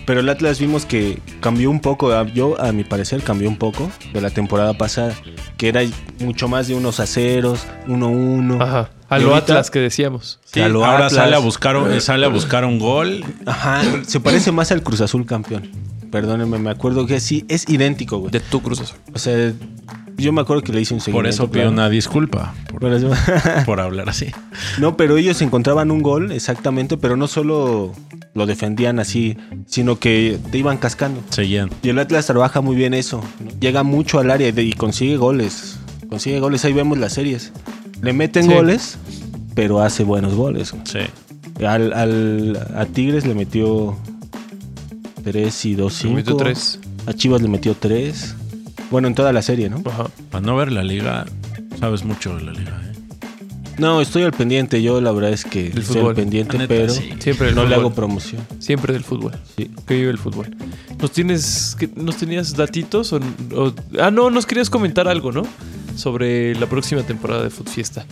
Speaker 5: Pero el Atlas vimos que cambió un poco. a- Yo, a mi parecer, cambió un poco de la temporada pasada. Que era mucho más de unos a ceros, uno a uno.
Speaker 4: Ajá. A
Speaker 5: Y
Speaker 4: lo
Speaker 5: ahorita-
Speaker 4: Atlas que decíamos.
Speaker 3: Sí,
Speaker 5: A lo
Speaker 3: ahora
Speaker 5: Atlas.
Speaker 3: sale a, buscar un, sale a buscar un gol.
Speaker 5: Ajá, se parece más al Cruz Azul campeón. Perdónenme, me acuerdo que sí, es idéntico, güey.
Speaker 4: De tu Cruz Azul.
Speaker 5: O sea, yo me acuerdo que le hice un seguimiento.
Speaker 3: Por eso pido
Speaker 5: claro.
Speaker 3: una disculpa por,
Speaker 5: Por eso- [LAUGHS]
Speaker 3: por hablar
Speaker 4: [LAUGHS]
Speaker 3: así.
Speaker 5: No, pero ellos encontraban un gol, exactamente, pero no solo lo defendían así, sino que te iban cascando.
Speaker 3: Seguían.
Speaker 5: Y el Atlas trabaja muy bien eso. ¿no? Llega mucho al área y, de- y consigue goles. Consigue goles, ahí vemos las series. Le meten
Speaker 4: Sí.
Speaker 5: goles, pero hace buenos goles.
Speaker 3: Sí.
Speaker 5: Al, al- a Tigres le metió 3 y 2
Speaker 4: Le metió
Speaker 5: 5.
Speaker 4: tres.
Speaker 5: A Chivas le metió 3. Bueno, en toda la serie, ¿no?
Speaker 4: Ajá.
Speaker 3: Para no ver la liga, sabes mucho de la liga. ¿eh?
Speaker 5: No, estoy al pendiente. Yo la verdad es que
Speaker 4: Del
Speaker 5: estoy al
Speaker 4: fútbol.
Speaker 5: pendiente,
Speaker 3: La neta,
Speaker 5: pero
Speaker 3: sí.
Speaker 4: Siempre del
Speaker 5: no le
Speaker 4: fútbol.
Speaker 5: hago promoción.
Speaker 4: Siempre del fútbol.
Speaker 5: Sí.
Speaker 4: Que vive el fútbol. ¿Nos tienes que- nos tenías datitos o, o- ah no, nos querías comentar algo, ¿no? Sobre la próxima temporada de Food Fiesta.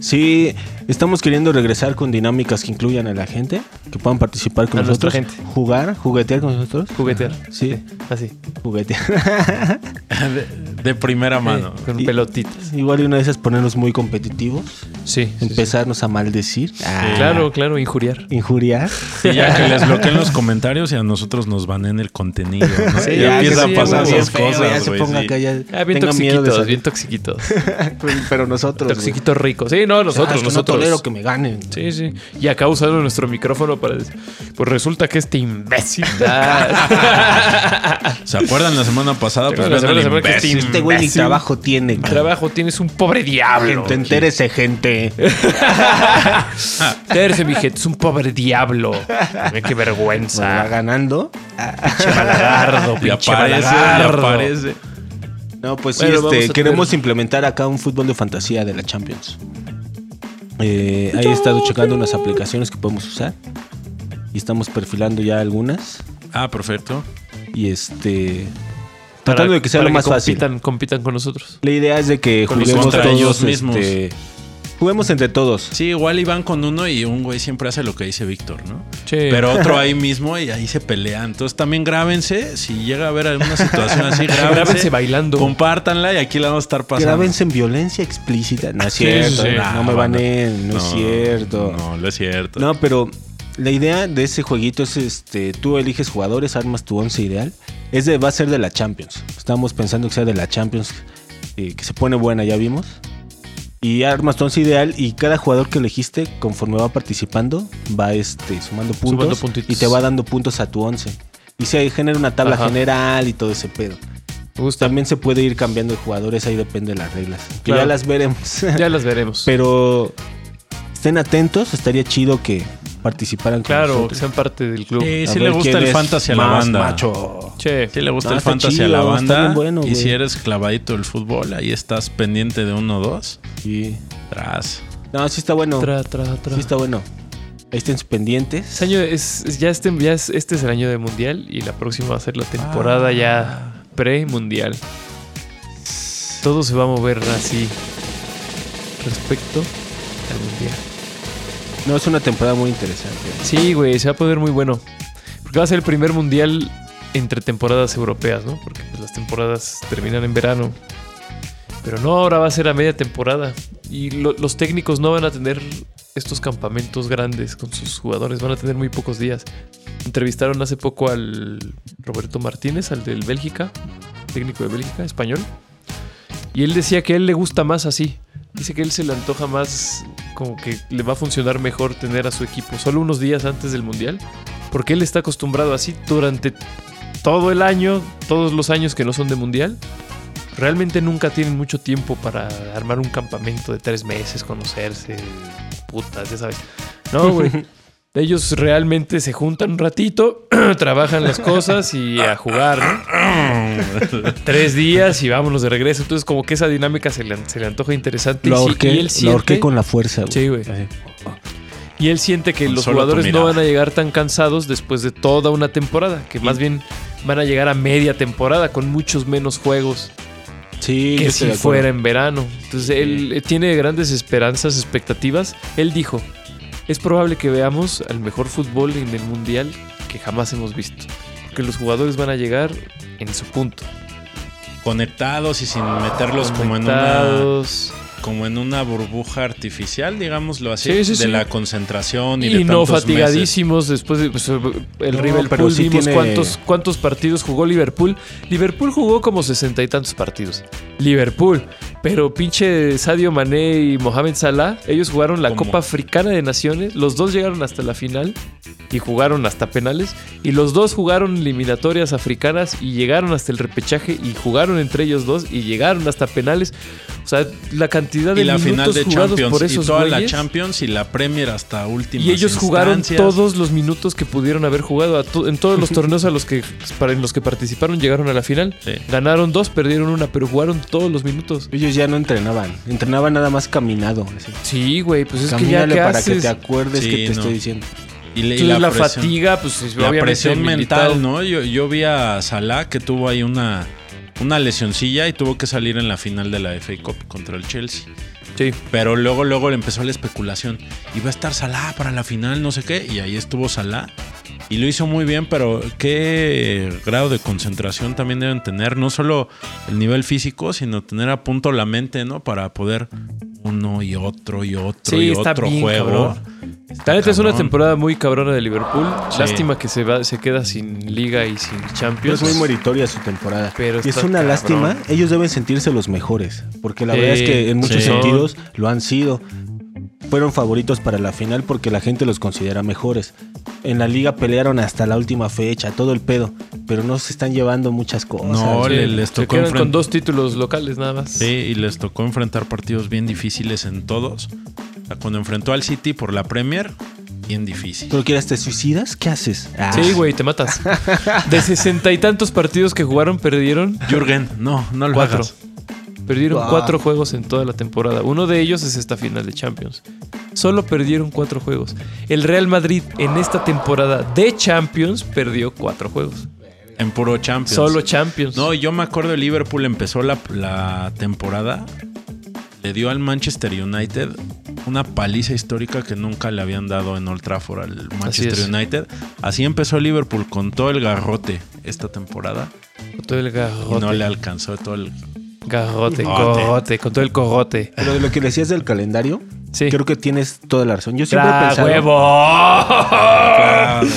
Speaker 5: Sí, estamos queriendo regresar con dinámicas que incluyan a la gente, que puedan participar con
Speaker 4: A nuestra
Speaker 5: nosotros.
Speaker 4: gente.
Speaker 5: Jugar, juguetear con nosotros.
Speaker 4: Juguetear.
Speaker 5: Sí,
Speaker 4: Así.
Speaker 5: juguetear. [LAUGHS]
Speaker 3: De, de primera mano.
Speaker 4: Eh, con
Speaker 5: Y-
Speaker 4: pelotitas.
Speaker 5: Igual y una de esas ponernos muy competitivos,
Speaker 4: Sí. sí,
Speaker 5: empezarnos a maldecir,
Speaker 4: sí. Claro, claro, injuriar.
Speaker 5: injuriar.
Speaker 3: Sí, ya que les bloqueen los comentarios y a nosotros nos van en el contenido. ¿no?
Speaker 4: Sí,
Speaker 3: Y
Speaker 4: ya,
Speaker 3: empieza
Speaker 4: sí,
Speaker 3: a pasar
Speaker 4: ya,
Speaker 3: esas
Speaker 5: bien feo,
Speaker 3: cosas.
Speaker 5: Ya se
Speaker 3: güey,
Speaker 5: ponga
Speaker 3: sí.
Speaker 5: acá, ya
Speaker 4: Ah, bien
Speaker 5: tenga miedo de
Speaker 4: toxiquitos,
Speaker 5: salir.
Speaker 4: bien
Speaker 5: [LAUGHS]
Speaker 4: toxiquitos.
Speaker 5: Pero nosotros. güey.
Speaker 4: toxiquitos ricos. Sí, no,
Speaker 5: Ah,
Speaker 4: nosotros,
Speaker 5: es que no
Speaker 4: nosotros.
Speaker 5: tolero que me ganen.
Speaker 4: Sí, sí. Y acá usando nuestro micrófono para decir, pues resulta que este
Speaker 5: [LAUGHS]
Speaker 4: imbécil. Ah.
Speaker 3: ¿Se acuerdan la semana pasada? Pues
Speaker 4: Sí, la
Speaker 3: ven
Speaker 4: semana pasada
Speaker 3: al
Speaker 4: que
Speaker 3: imbécil.
Speaker 4: sí.
Speaker 5: Este güey ni
Speaker 4: Imbécil.
Speaker 5: trabajo tiene. güey.
Speaker 4: Trabajo, tienes un pobre diablo.
Speaker 5: Gente, entérese, gente.
Speaker 4: Ah, Terce, mi gente, es un pobre diablo. Ve qué
Speaker 5: Va
Speaker 4: vergüenza.
Speaker 5: ganando.
Speaker 4: Pinche balagardo,
Speaker 3: Y
Speaker 4: pinche
Speaker 3: aparece, y
Speaker 4: balagardo.
Speaker 3: aparece.
Speaker 5: No, pues
Speaker 4: Bueno,
Speaker 5: sí, este,
Speaker 4: vamos a tener-
Speaker 5: queremos implementar acá un fútbol de fantasía de la Champions. Eh, ahí he estado checando unas aplicaciones que podemos usar. Y estamos perfilando ya algunas.
Speaker 3: Ah, perfecto.
Speaker 5: Y este.
Speaker 4: Para-
Speaker 5: Tratando de que sea
Speaker 4: para
Speaker 5: lo más fácil.
Speaker 4: Compitan, compitan con nosotros.
Speaker 5: La idea es de que
Speaker 3: Con los
Speaker 5: juguemos
Speaker 3: contra
Speaker 5: todos
Speaker 3: ellos
Speaker 5: este,
Speaker 3: mismos.
Speaker 5: Juguemos entre todos.
Speaker 3: Sí, igual iban con uno y un güey siempre hace lo que dice Víctor, ¿no?
Speaker 4: Sí.
Speaker 3: Pero otro ahí mismo y ahí se pelean. Entonces también grábense. Si llega a haber alguna situación así, grábense.
Speaker 4: Grábense bailando.
Speaker 3: Compártanla y aquí la vamos a estar pasando.
Speaker 5: Grábense en violencia explícita. No es
Speaker 4: Sí,
Speaker 5: cierto.
Speaker 4: sí, sí.
Speaker 5: No,
Speaker 3: Ah,
Speaker 5: me
Speaker 3: bueno.
Speaker 5: banen. No, es cierto.
Speaker 3: No, no es cierto.
Speaker 5: No, pero la idea de ese jueguito es este, tú eliges jugadores, armas tu once ideal. Es de, va a ser de la Champions. Estamos pensando que sea de la Champions, eh, que se pone buena, ya vimos. Y armas tu once ideal y cada jugador que elegiste, conforme va participando, va este,
Speaker 4: Sumando
Speaker 5: sumando puntos
Speaker 4: puntitos.
Speaker 5: y te va dando puntos a tu once. Y se genera una tabla
Speaker 4: Ajá.
Speaker 5: general y todo ese pedo.
Speaker 4: Me gusta.
Speaker 5: También se puede ir cambiando de jugadores, ahí depende de las reglas. Que
Speaker 4: Claro.
Speaker 5: ya las veremos.
Speaker 4: Ya las veremos.
Speaker 5: Pero estén atentos, estaría chido que participaran con Eh,
Speaker 4: claro, que
Speaker 5: nosotros.
Speaker 4: sean parte del club.
Speaker 3: Sí,
Speaker 5: A
Speaker 3: Eh, sí
Speaker 5: ver
Speaker 3: le gusta
Speaker 5: quién
Speaker 3: el
Speaker 5: es
Speaker 3: fantasy a la
Speaker 5: más
Speaker 3: banda.
Speaker 5: macho.
Speaker 4: Che,
Speaker 3: Sí le gusta
Speaker 5: No,
Speaker 3: el
Speaker 5: está
Speaker 3: fantasy a
Speaker 5: chido,
Speaker 3: la
Speaker 5: está
Speaker 3: banda.
Speaker 5: bien bueno,
Speaker 3: y
Speaker 5: güey.
Speaker 3: si eres clavadito del fútbol, ahí estás pendiente de uno o dos.
Speaker 5: Sí.
Speaker 4: [LAUGHS]
Speaker 3: Tras.
Speaker 5: No, sí está bueno.
Speaker 4: tra, tra, tra.
Speaker 5: Sí está bueno. Ahí estén pendientes.
Speaker 4: Este año es, es- ya este, ya es- este es el año de mundial y la próxima va a ser la temporada
Speaker 5: Ah.
Speaker 4: ya pre-mundial. Todo se va a mover así respecto al mundial.
Speaker 5: No, es una temporada muy interesante.
Speaker 4: Sí, güey, se va a poner muy bueno. Porque va a ser el primer mundial entre temporadas europeas, ¿no? Porque pues, las temporadas terminan en verano. Pero no, ahora va a ser a media temporada. Y lo- los técnicos no van a tener estos campamentos grandes con sus jugadores, van a tener muy pocos días. Entrevistaron hace poco al Roberto Martínez, al del Bélgica, técnico de Bélgica, español. Y él decía que a él le gusta más así. Dice que a él se le antoja más, como que le va a funcionar mejor tener a su equipo solo unos días antes del Mundial. Porque él está acostumbrado así durante todo el año, todos los años que no son de Mundial. Realmente nunca tienen mucho tiempo para armar un campamento de tres meses, conocerse, putas, ya sabes. No,
Speaker 5: [LAUGHS]
Speaker 4: güey. Ellos realmente se juntan un ratito, [CLEARS THROAT] trabajan las cosas y a jugar, ¿no? tres días y vámonos de regreso. Entonces, como que esa dinámica se le, se le antoja interesante. y,
Speaker 5: Lo
Speaker 4: sí-
Speaker 5: ahorqué,
Speaker 4: y él
Speaker 5: lo
Speaker 4: siente,
Speaker 5: ahorqué con la fuerza, güey.
Speaker 4: Sí, güey.
Speaker 5: Así.
Speaker 4: y él siente que
Speaker 3: Con
Speaker 4: los
Speaker 3: solo tu
Speaker 4: jugadores no
Speaker 3: mirada.
Speaker 4: van a llegar tan cansados después de toda una temporada, que más bien van a llegar a media temporada con muchos menos juegos
Speaker 5: Sí, yo
Speaker 4: que
Speaker 5: estoy
Speaker 4: si
Speaker 5: de acuerdo.
Speaker 4: fuera en verano. Entonces él eh, tiene grandes esperanzas, expectativas. Él dijo, es probable que veamos al mejor fútbol en el Mundial que jamás hemos visto. Que los jugadores van a llegar en su punto.
Speaker 3: Conectados y sin meterlos como en una
Speaker 4: Conectados.
Speaker 3: como en una burbuja artificial, digámoslo así,
Speaker 4: Sí, sí,
Speaker 3: de
Speaker 4: sí.
Speaker 3: la concentración y,
Speaker 4: Y,
Speaker 3: de
Speaker 4: no
Speaker 3: tantos meses.
Speaker 4: fatigadísimos después de, pues, el
Speaker 5: No, pero
Speaker 4: Liverpool.
Speaker 5: sí
Speaker 4: vimos
Speaker 5: tiene-
Speaker 4: cuántos, cuántos partidos jugó Liverpool. Liverpool jugó como sesenta y tantos partidos. Liverpool. Pero pinche Sadio Mané y Mohamed Salah, ellos jugaron la
Speaker 3: ¿Cómo?
Speaker 4: Copa Africana de Naciones. Los dos llegaron hasta la final y jugaron hasta penales. Y los dos jugaron eliminatorias africanas y llegaron hasta el repechaje y jugaron entre ellos dos y llegaron hasta penales. O sea, la cantidad de
Speaker 3: Y la
Speaker 4: minutos
Speaker 3: final de
Speaker 4: jugados
Speaker 3: Champions
Speaker 4: por
Speaker 3: y
Speaker 4: esos
Speaker 3: toda la
Speaker 4: güeyes.
Speaker 3: Champions y la Premier hasta última.
Speaker 4: Y ellos jugaron todos los minutos que pudieron haber jugado. a to- en todos los torneos a los que, para- en los que participaron llegaron a la final.
Speaker 3: Sí.
Speaker 4: Ganaron dos, perdieron una, pero jugaron todos los minutos.
Speaker 5: Ellos ya no entrenaban. Entrenaban nada más caminado. así.
Speaker 4: Sí, güey, pues es que ya
Speaker 5: Camínale
Speaker 4: que
Speaker 5: para
Speaker 4: haces.
Speaker 5: que te acuerdes
Speaker 3: Sí,
Speaker 5: que te
Speaker 3: no.
Speaker 5: estoy diciendo.
Speaker 3: Y, le- y
Speaker 4: Entonces, la,
Speaker 3: presión-
Speaker 4: fatiga, pues es
Speaker 3: La
Speaker 4: obviamente
Speaker 3: presión
Speaker 4: debilitado.
Speaker 3: mental, ¿no? Yo, yo vi a Salah que tuvo ahí una, una lesioncilla y tuvo que salir en la final de la FA Cup contra el Chelsea.
Speaker 4: Sí.
Speaker 3: Pero luego, luego le empezó la especulación. Iba a estar Salah para la final, no sé qué. Y ahí estuvo Salah. Y lo hizo muy bien, pero qué grado de concentración también deben tener. No solo el nivel físico, sino tener a punto la mente, ¿no? Para poder uno y otro y otro
Speaker 4: Sí,
Speaker 3: y
Speaker 4: está
Speaker 3: otro
Speaker 4: bien,
Speaker 3: juego.
Speaker 4: La neta es una
Speaker 3: Cabrón.
Speaker 4: temporada muy cabrona de Liverpool.
Speaker 3: Sí.
Speaker 4: Lástima que se, va, se queda sin Liga y sin Champions.
Speaker 5: Es muy meritoria su temporada.
Speaker 4: pues Pero
Speaker 5: y es
Speaker 4: está
Speaker 5: una
Speaker 4: cabrón.
Speaker 5: lástima. Ellos deben sentirse los mejores. Porque la
Speaker 4: Sí,
Speaker 5: verdad es que en muchos
Speaker 3: sí.
Speaker 5: sentidos lo han sido. Fueron favoritos para la final porque la gente los considera mejores. En la liga pelearon hasta la última fecha, todo el pedo. Pero no se están llevando muchas cosas.
Speaker 3: No,
Speaker 5: Sí.
Speaker 3: le- les
Speaker 4: se
Speaker 3: tocó
Speaker 4: quedan con
Speaker 3: enfrentar-
Speaker 4: dos títulos locales nada más.
Speaker 3: Sí, y les tocó enfrentar partidos bien difíciles en todos. O sea, Cuando enfrentó al City por la Premier, bien difícil.
Speaker 5: ¿Tú lo quieres? ¿Te suicidas? ¿Qué haces? Ah.
Speaker 4: Sí, güey, te matas. De sesenta y tantos partidos que jugaron, perdieron
Speaker 3: Jürgen, no, no lo
Speaker 4: Cuatro.
Speaker 3: hagas.
Speaker 4: Perdieron
Speaker 5: Wow.
Speaker 4: cuatro juegos en toda la temporada. Uno de ellos es esta final de Champions. Solo perdieron cuatro juegos. El Real Madrid en esta temporada de Champions perdió cuatro juegos.
Speaker 3: En puro Champions.
Speaker 4: Solo Champions.
Speaker 3: No, yo me acuerdo el Liverpool empezó la, la temporada, le dio al Manchester United una paliza histórica que nunca le habían dado en Old Trafford al Manchester
Speaker 4: es.
Speaker 3: United. Así empezó Liverpool con todo el garrote esta temporada
Speaker 4: todo el
Speaker 3: y
Speaker 4: garrote.
Speaker 3: no le alcanzó todo el
Speaker 4: Garrote,
Speaker 3: Garrote.
Speaker 4: corrote, con todo el corrote.
Speaker 5: Pero de lo que decías del calendario,
Speaker 4: Sí.
Speaker 5: creo que tienes toda la razón. Yo siempre he
Speaker 4: ¡Ah,
Speaker 5: pensado.
Speaker 3: [LAUGHS]
Speaker 4: huevo!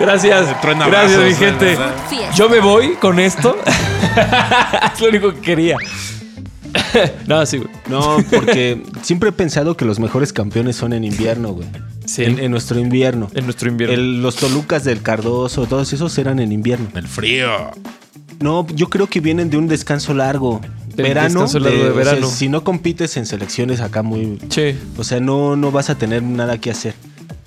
Speaker 4: Gracias.
Speaker 3: Truena
Speaker 4: Gracias, mi
Speaker 3: abrazos, de
Speaker 4: gente.
Speaker 3: verdad.
Speaker 2: Fiesta.
Speaker 4: Yo me voy con esto. [LAUGHS] es lo único que quería. [LAUGHS] no, sí, güey.
Speaker 5: No, porque [LAUGHS] siempre he pensado que los mejores campeones son en invierno, güey.
Speaker 4: Sí.
Speaker 5: En, en nuestro invierno.
Speaker 4: En nuestro invierno.
Speaker 5: El- los Tolucas del Cardoso, todos esos eran en invierno.
Speaker 3: el frío.
Speaker 5: No, yo creo que vienen de un descanso largo.
Speaker 4: Del
Speaker 5: verano.
Speaker 4: descanso largo de
Speaker 5: o sea,
Speaker 4: verano.
Speaker 5: si no compites en selecciones acá muy.
Speaker 4: Che,
Speaker 5: O sea, no, no vas a tener nada que hacer.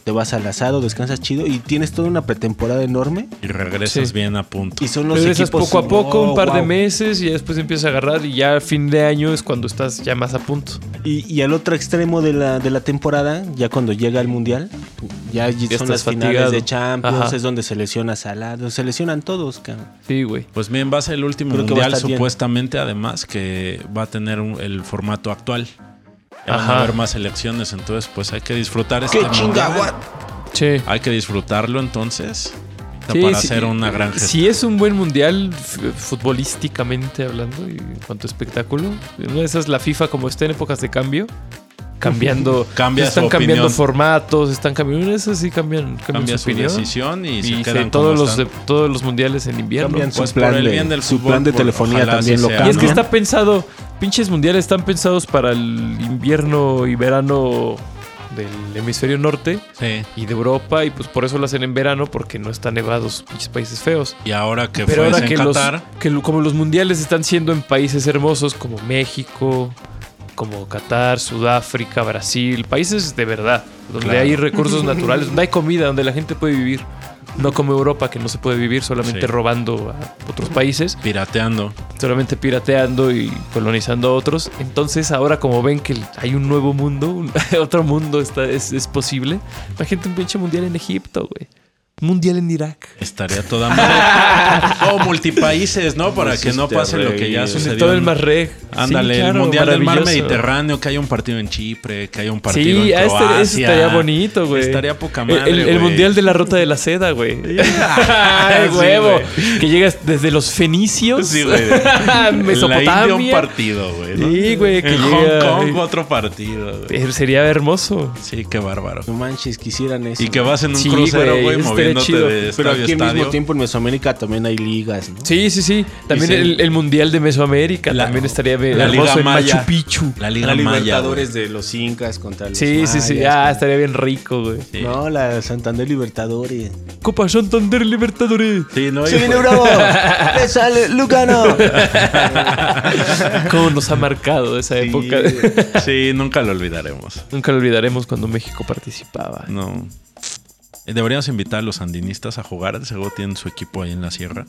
Speaker 5: Te vas al asado, descansas chido y tienes toda una pretemporada enorme.
Speaker 3: Y regresas
Speaker 4: Sí.
Speaker 3: bien a punto.
Speaker 5: Y son los
Speaker 4: regresas
Speaker 5: equipos.
Speaker 4: poco a poco,
Speaker 5: Oh,
Speaker 4: un par de
Speaker 5: wow.
Speaker 4: meses, y ya después empiezas a agarrar, y ya a fin de año es cuando estás ya más a punto.
Speaker 5: Y, y al otro extremo de la, de la temporada, ya cuando llega el mundial, ya,
Speaker 4: estás
Speaker 5: son las
Speaker 4: fatigado.
Speaker 5: finales de Champions,
Speaker 4: Ajá.
Speaker 5: es donde se lesiona Salado, se lesionan todos, cabrón.
Speaker 4: Sí, güey.
Speaker 3: Pues bien, va a ser el último
Speaker 5: Creo que va a
Speaker 3: mundial,
Speaker 5: estar bien.
Speaker 3: supuestamente, además, que va a tener un- el formato actual. Ya van
Speaker 4: Ajá.
Speaker 3: a haber más elecciones, entonces, pues hay que disfrutar este
Speaker 5: ¡Qué
Speaker 3: mundial.
Speaker 5: chingada!
Speaker 4: Che.
Speaker 3: Hay que disfrutarlo, entonces,
Speaker 4: Sí,
Speaker 3: Ah, para
Speaker 4: sí,
Speaker 3: hacer una gran gesta.
Speaker 4: Si es un buen mundial, f- futbolísticamente hablando, y en cuanto a espectáculo, en una de esas la FIFA, como está en épocas de cambio, cambiando.
Speaker 3: [LAUGHS] Cambia
Speaker 4: están
Speaker 3: su
Speaker 4: cambiando
Speaker 3: opinión.
Speaker 4: formatos, están cambiando. Una de esas sí cambian, cambian
Speaker 3: Cambia
Speaker 4: su
Speaker 3: su
Speaker 4: opinión.
Speaker 3: decisión y, se
Speaker 4: y
Speaker 3: quedan
Speaker 4: se- todos,
Speaker 3: como
Speaker 4: los,
Speaker 3: están.
Speaker 4: de- todos los mundiales en invierno.
Speaker 5: Cambian
Speaker 3: Pues
Speaker 5: su
Speaker 3: por
Speaker 5: plan
Speaker 3: el
Speaker 5: de,
Speaker 3: bien del
Speaker 5: su
Speaker 3: fútbol,
Speaker 5: plan de
Speaker 3: por-
Speaker 5: telefonía
Speaker 3: ojalá
Speaker 5: también
Speaker 3: así
Speaker 5: lo
Speaker 3: sea.
Speaker 4: Y es que
Speaker 5: cambian.
Speaker 4: está pensado, pinches mundiales están pensados para el invierno y verano del hemisferio norte
Speaker 3: Sí.
Speaker 4: y de Europa, y pues por eso lo hacen en verano, porque no están nevados, pinches países feos.
Speaker 3: Y ahora que
Speaker 4: Pero
Speaker 3: fue
Speaker 4: ahora
Speaker 3: en
Speaker 4: que, los,
Speaker 3: Qatar,
Speaker 4: que lo- como los mundiales están siendo en países hermosos como México, como Qatar, Sudáfrica, Brasil, países de verdad, donde
Speaker 3: Claro.
Speaker 4: hay recursos naturales, donde hay comida, donde la gente puede vivir. No como Europa, que no se puede vivir solamente
Speaker 3: Sí.
Speaker 4: robando a otros países,
Speaker 3: pirateando.
Speaker 4: solamente pirateando y colonizando a otros. Entonces ahora como ven que hay un nuevo mundo, un- [LAUGHS] otro mundo está, es, es posible, imagínate un pinche mundial en Egipto, güey. Mundial en Irak.
Speaker 3: Estaría toda
Speaker 5: [LAUGHS]
Speaker 3: madre. o multipaíses, ¿no? Para
Speaker 5: Nos
Speaker 3: que no
Speaker 5: hiciste
Speaker 3: pase lo que ya
Speaker 5: reír.
Speaker 3: sucedió.
Speaker 4: todo el
Speaker 3: en-
Speaker 4: mar reg.
Speaker 3: Ándale,
Speaker 4: Sí, claro,
Speaker 3: el Mundial del Mar
Speaker 4: maravilloso.
Speaker 3: Mediterráneo, que haya un partido en Chipre, que haya un
Speaker 4: Sí,
Speaker 3: partido
Speaker 4: ah,
Speaker 3: en
Speaker 4: este-
Speaker 3: Croacia.
Speaker 4: eso estaría bonito, güey.
Speaker 3: Estaría poca
Speaker 4: El-
Speaker 3: madre,
Speaker 4: el, el
Speaker 3: güey.
Speaker 4: mundial de la ruta de la seda, güey. [LAUGHS]
Speaker 3: [LAUGHS] Yeah.
Speaker 4: ¡Ay,
Speaker 3: Sí,
Speaker 4: huevo!
Speaker 3: güey.
Speaker 4: que llegas desde los fenicios.
Speaker 3: [LAUGHS] Sí, güey.
Speaker 4: a
Speaker 3: La India
Speaker 4: [LAUGHS]
Speaker 3: un
Speaker 4: Mesopotamia.
Speaker 3: partido, güey. ¿no?
Speaker 4: Sí, güey, que
Speaker 3: En
Speaker 4: llega,
Speaker 3: Hong Kong
Speaker 4: güey.
Speaker 3: otro partido, güey.
Speaker 4: Eh, Sería hermoso.
Speaker 3: Sí, qué bárbaro.
Speaker 5: No manches, quisieran eso.
Speaker 3: Y que vas en un
Speaker 4: Sí,
Speaker 3: crucero,
Speaker 4: güey,
Speaker 3: güey,
Speaker 4: estaría
Speaker 3: moviéndote
Speaker 4: chido.
Speaker 3: de estadio
Speaker 5: Pero
Speaker 3: a
Speaker 5: aquí al mismo
Speaker 3: estadio.
Speaker 5: tiempo en Mesoamérica también hay ligas, ¿no?
Speaker 4: Sí, sí, sí. También
Speaker 3: Y se-
Speaker 4: el, el mundial de Mesoamérica
Speaker 3: La-
Speaker 4: también estaría
Speaker 3: la
Speaker 4: hermoso
Speaker 3: Liga
Speaker 4: en
Speaker 3: Maya.
Speaker 4: Machu Picchu.
Speaker 3: La
Speaker 5: La
Speaker 3: Liga Maya. güey.
Speaker 5: Libertadores de los Incas contra los
Speaker 4: Sí, sí, sí.
Speaker 5: mayas,
Speaker 4: Ah,
Speaker 5: güey.
Speaker 4: estaría bien rico, güey.
Speaker 3: Sí.
Speaker 5: No, la Santander Libertadores.
Speaker 4: Copa Santander
Speaker 3: [LAUGHS]
Speaker 4: Libertadores.
Speaker 3: Sí, no,
Speaker 5: ¡Se
Speaker 3: y-
Speaker 5: viene bravo!
Speaker 3: [LAUGHS]
Speaker 5: ¡Le sale Lucano! [LAUGHS]
Speaker 4: ¿Cómo nos ha marcado esa
Speaker 5: Sí,
Speaker 4: época?
Speaker 5: güey.
Speaker 3: sí, nunca lo olvidaremos.
Speaker 4: Nunca lo olvidaremos cuando México participaba.
Speaker 3: No. Eh, Deberíamos invitar a los andinistas a jugar. de Seguro tienen su equipo ahí en la sierra.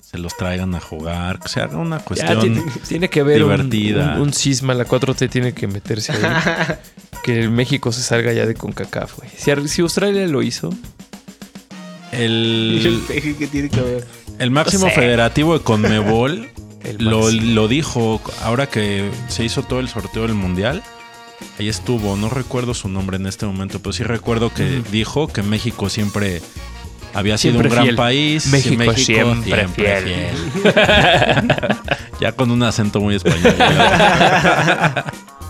Speaker 3: Se los traigan a jugar. Que se haga una
Speaker 4: Ya
Speaker 3: cuestión.
Speaker 4: tiene, tiene que haber un-
Speaker 3: divertida.
Speaker 4: Un, un cisma, la 4T tiene que meterse ahí.
Speaker 3: [LAUGHS]
Speaker 4: que el México se salga ya de CONCACAF, güey. Si, Ar- si Australia lo hizo, [LAUGHS]
Speaker 3: El,
Speaker 5: ¿Qué tiene que ver?
Speaker 3: el máximo
Speaker 4: No sé.
Speaker 3: federativo de Conmebol
Speaker 4: [LAUGHS] el
Speaker 3: lo,
Speaker 4: máximo.
Speaker 3: lo dijo. Ahora que se hizo todo el sorteo del mundial, ahí estuvo. No recuerdo su nombre en este momento, pero sí recuerdo que dijo que México siempre había sido
Speaker 4: Siempre
Speaker 3: un gran
Speaker 4: fiel.
Speaker 3: país. y
Speaker 4: México siempre fiel. [LAUGHS]
Speaker 3: ya con un acento muy español.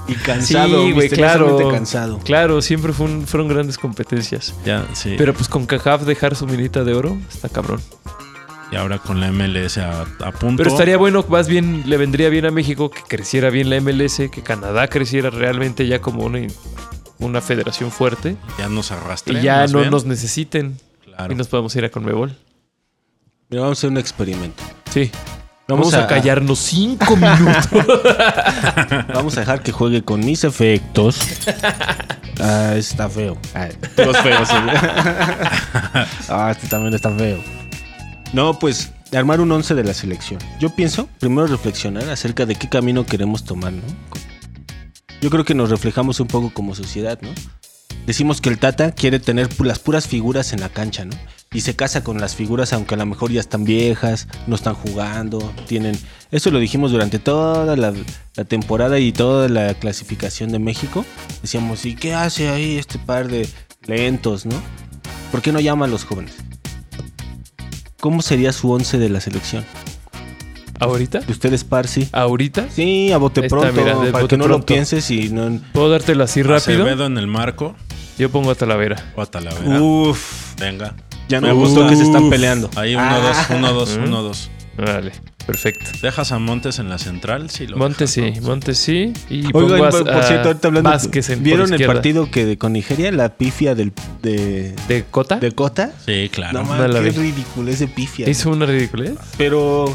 Speaker 5: Y cansado,
Speaker 4: Sí, güey,
Speaker 5: misteriosamente
Speaker 4: claro.
Speaker 5: cansado.
Speaker 4: Claro, siempre fue un- fueron grandes competencias.
Speaker 3: ya, sí.
Speaker 4: Pero pues CONCACAF dejar su minita de oro está cabrón.
Speaker 3: Y ahora con la MLS a, a punto.
Speaker 4: Pero estaría bueno, más bien le vendría bien a México que creciera bien la MLS, que Canadá creciera realmente ya como una, una federación fuerte
Speaker 3: Ya nos arrastre.
Speaker 4: y ya no nos necesiten
Speaker 5: Ah,
Speaker 3: Claro.
Speaker 4: y nos podamos ir a Conmebol.
Speaker 5: Mira, vamos a hacer un experimento.
Speaker 4: Sí.
Speaker 5: Vamos
Speaker 4: Vamos, a,
Speaker 5: a-
Speaker 4: callarnos cinco [LAUGHS] minutos.
Speaker 5: [LAUGHS] Vamos a dejar que juegue con
Speaker 4: [LAUGHS]
Speaker 5: mis efectos. Ah, está feo. Ah, todos feos.
Speaker 3: [LAUGHS]
Speaker 5: ¿eh? ah, este también está feo. No, pues armar un 11 de la selección. Yo pienso primero reflexionar acerca de qué camino queremos tomar, ¿no? Yo creo que nos reflejamos un poco como sociedad, ¿no? Decimos que el Tata quiere tener pu- las puras figuras en la cancha, ¿no? y se casa con las figuras, aunque a lo mejor ya están viejas, no están jugando, tienen... Eso lo dijimos durante toda la, la temporada y toda la clasificación de México. Decíamos, ¿y qué hace ahí este par de lentos, no? ¿Por qué no llama a los jóvenes? ¿Cómo sería su once de la selección?
Speaker 4: ¿Ahorita?
Speaker 5: ¿De ustedes, Parsi?
Speaker 4: ¿Ahorita?
Speaker 5: Sí, a bote
Speaker 4: Ahí está,
Speaker 5: pronto,
Speaker 4: mira, de
Speaker 5: para
Speaker 4: bote
Speaker 5: que no lo
Speaker 4: pronto.
Speaker 5: pienses y no...
Speaker 4: ¿Puedo dártelo
Speaker 5: Ah,
Speaker 4: así rápido?
Speaker 3: Acevedo en el marco
Speaker 4: Yo pongo a Talavera.
Speaker 3: o a Talavera.
Speaker 4: Uh.
Speaker 5: Uf,
Speaker 3: Venga.
Speaker 5: ya
Speaker 3: Me
Speaker 5: no me gustó
Speaker 3: gusta.
Speaker 5: que se están peleando.
Speaker 3: Ahí
Speaker 4: Ah.
Speaker 3: 1-2,
Speaker 4: Mm.
Speaker 3: 1-2, 1-2.
Speaker 4: Vale, perfecto.
Speaker 3: ¿Dejas a Montes en la central? Sí, lo
Speaker 4: Montes sí,
Speaker 3: dejas, ¿no?
Speaker 4: Montes sí. Y
Speaker 5: Oigan,
Speaker 4: pongo a,
Speaker 5: por por
Speaker 4: a
Speaker 5: cierto, ahorita hablando.
Speaker 4: Vázquez en por
Speaker 5: ¿Vieron el
Speaker 4: izquierda.
Speaker 5: partido que de- con Nigeria? La pifia del, de,
Speaker 4: de Cota?
Speaker 5: de Cota.
Speaker 3: Sí, claro.
Speaker 5: No
Speaker 4: Ah, no la
Speaker 5: mames, qué
Speaker 4: vi.
Speaker 5: ridículo ese pifia.
Speaker 4: Hizo una ridiculez.
Speaker 5: Pero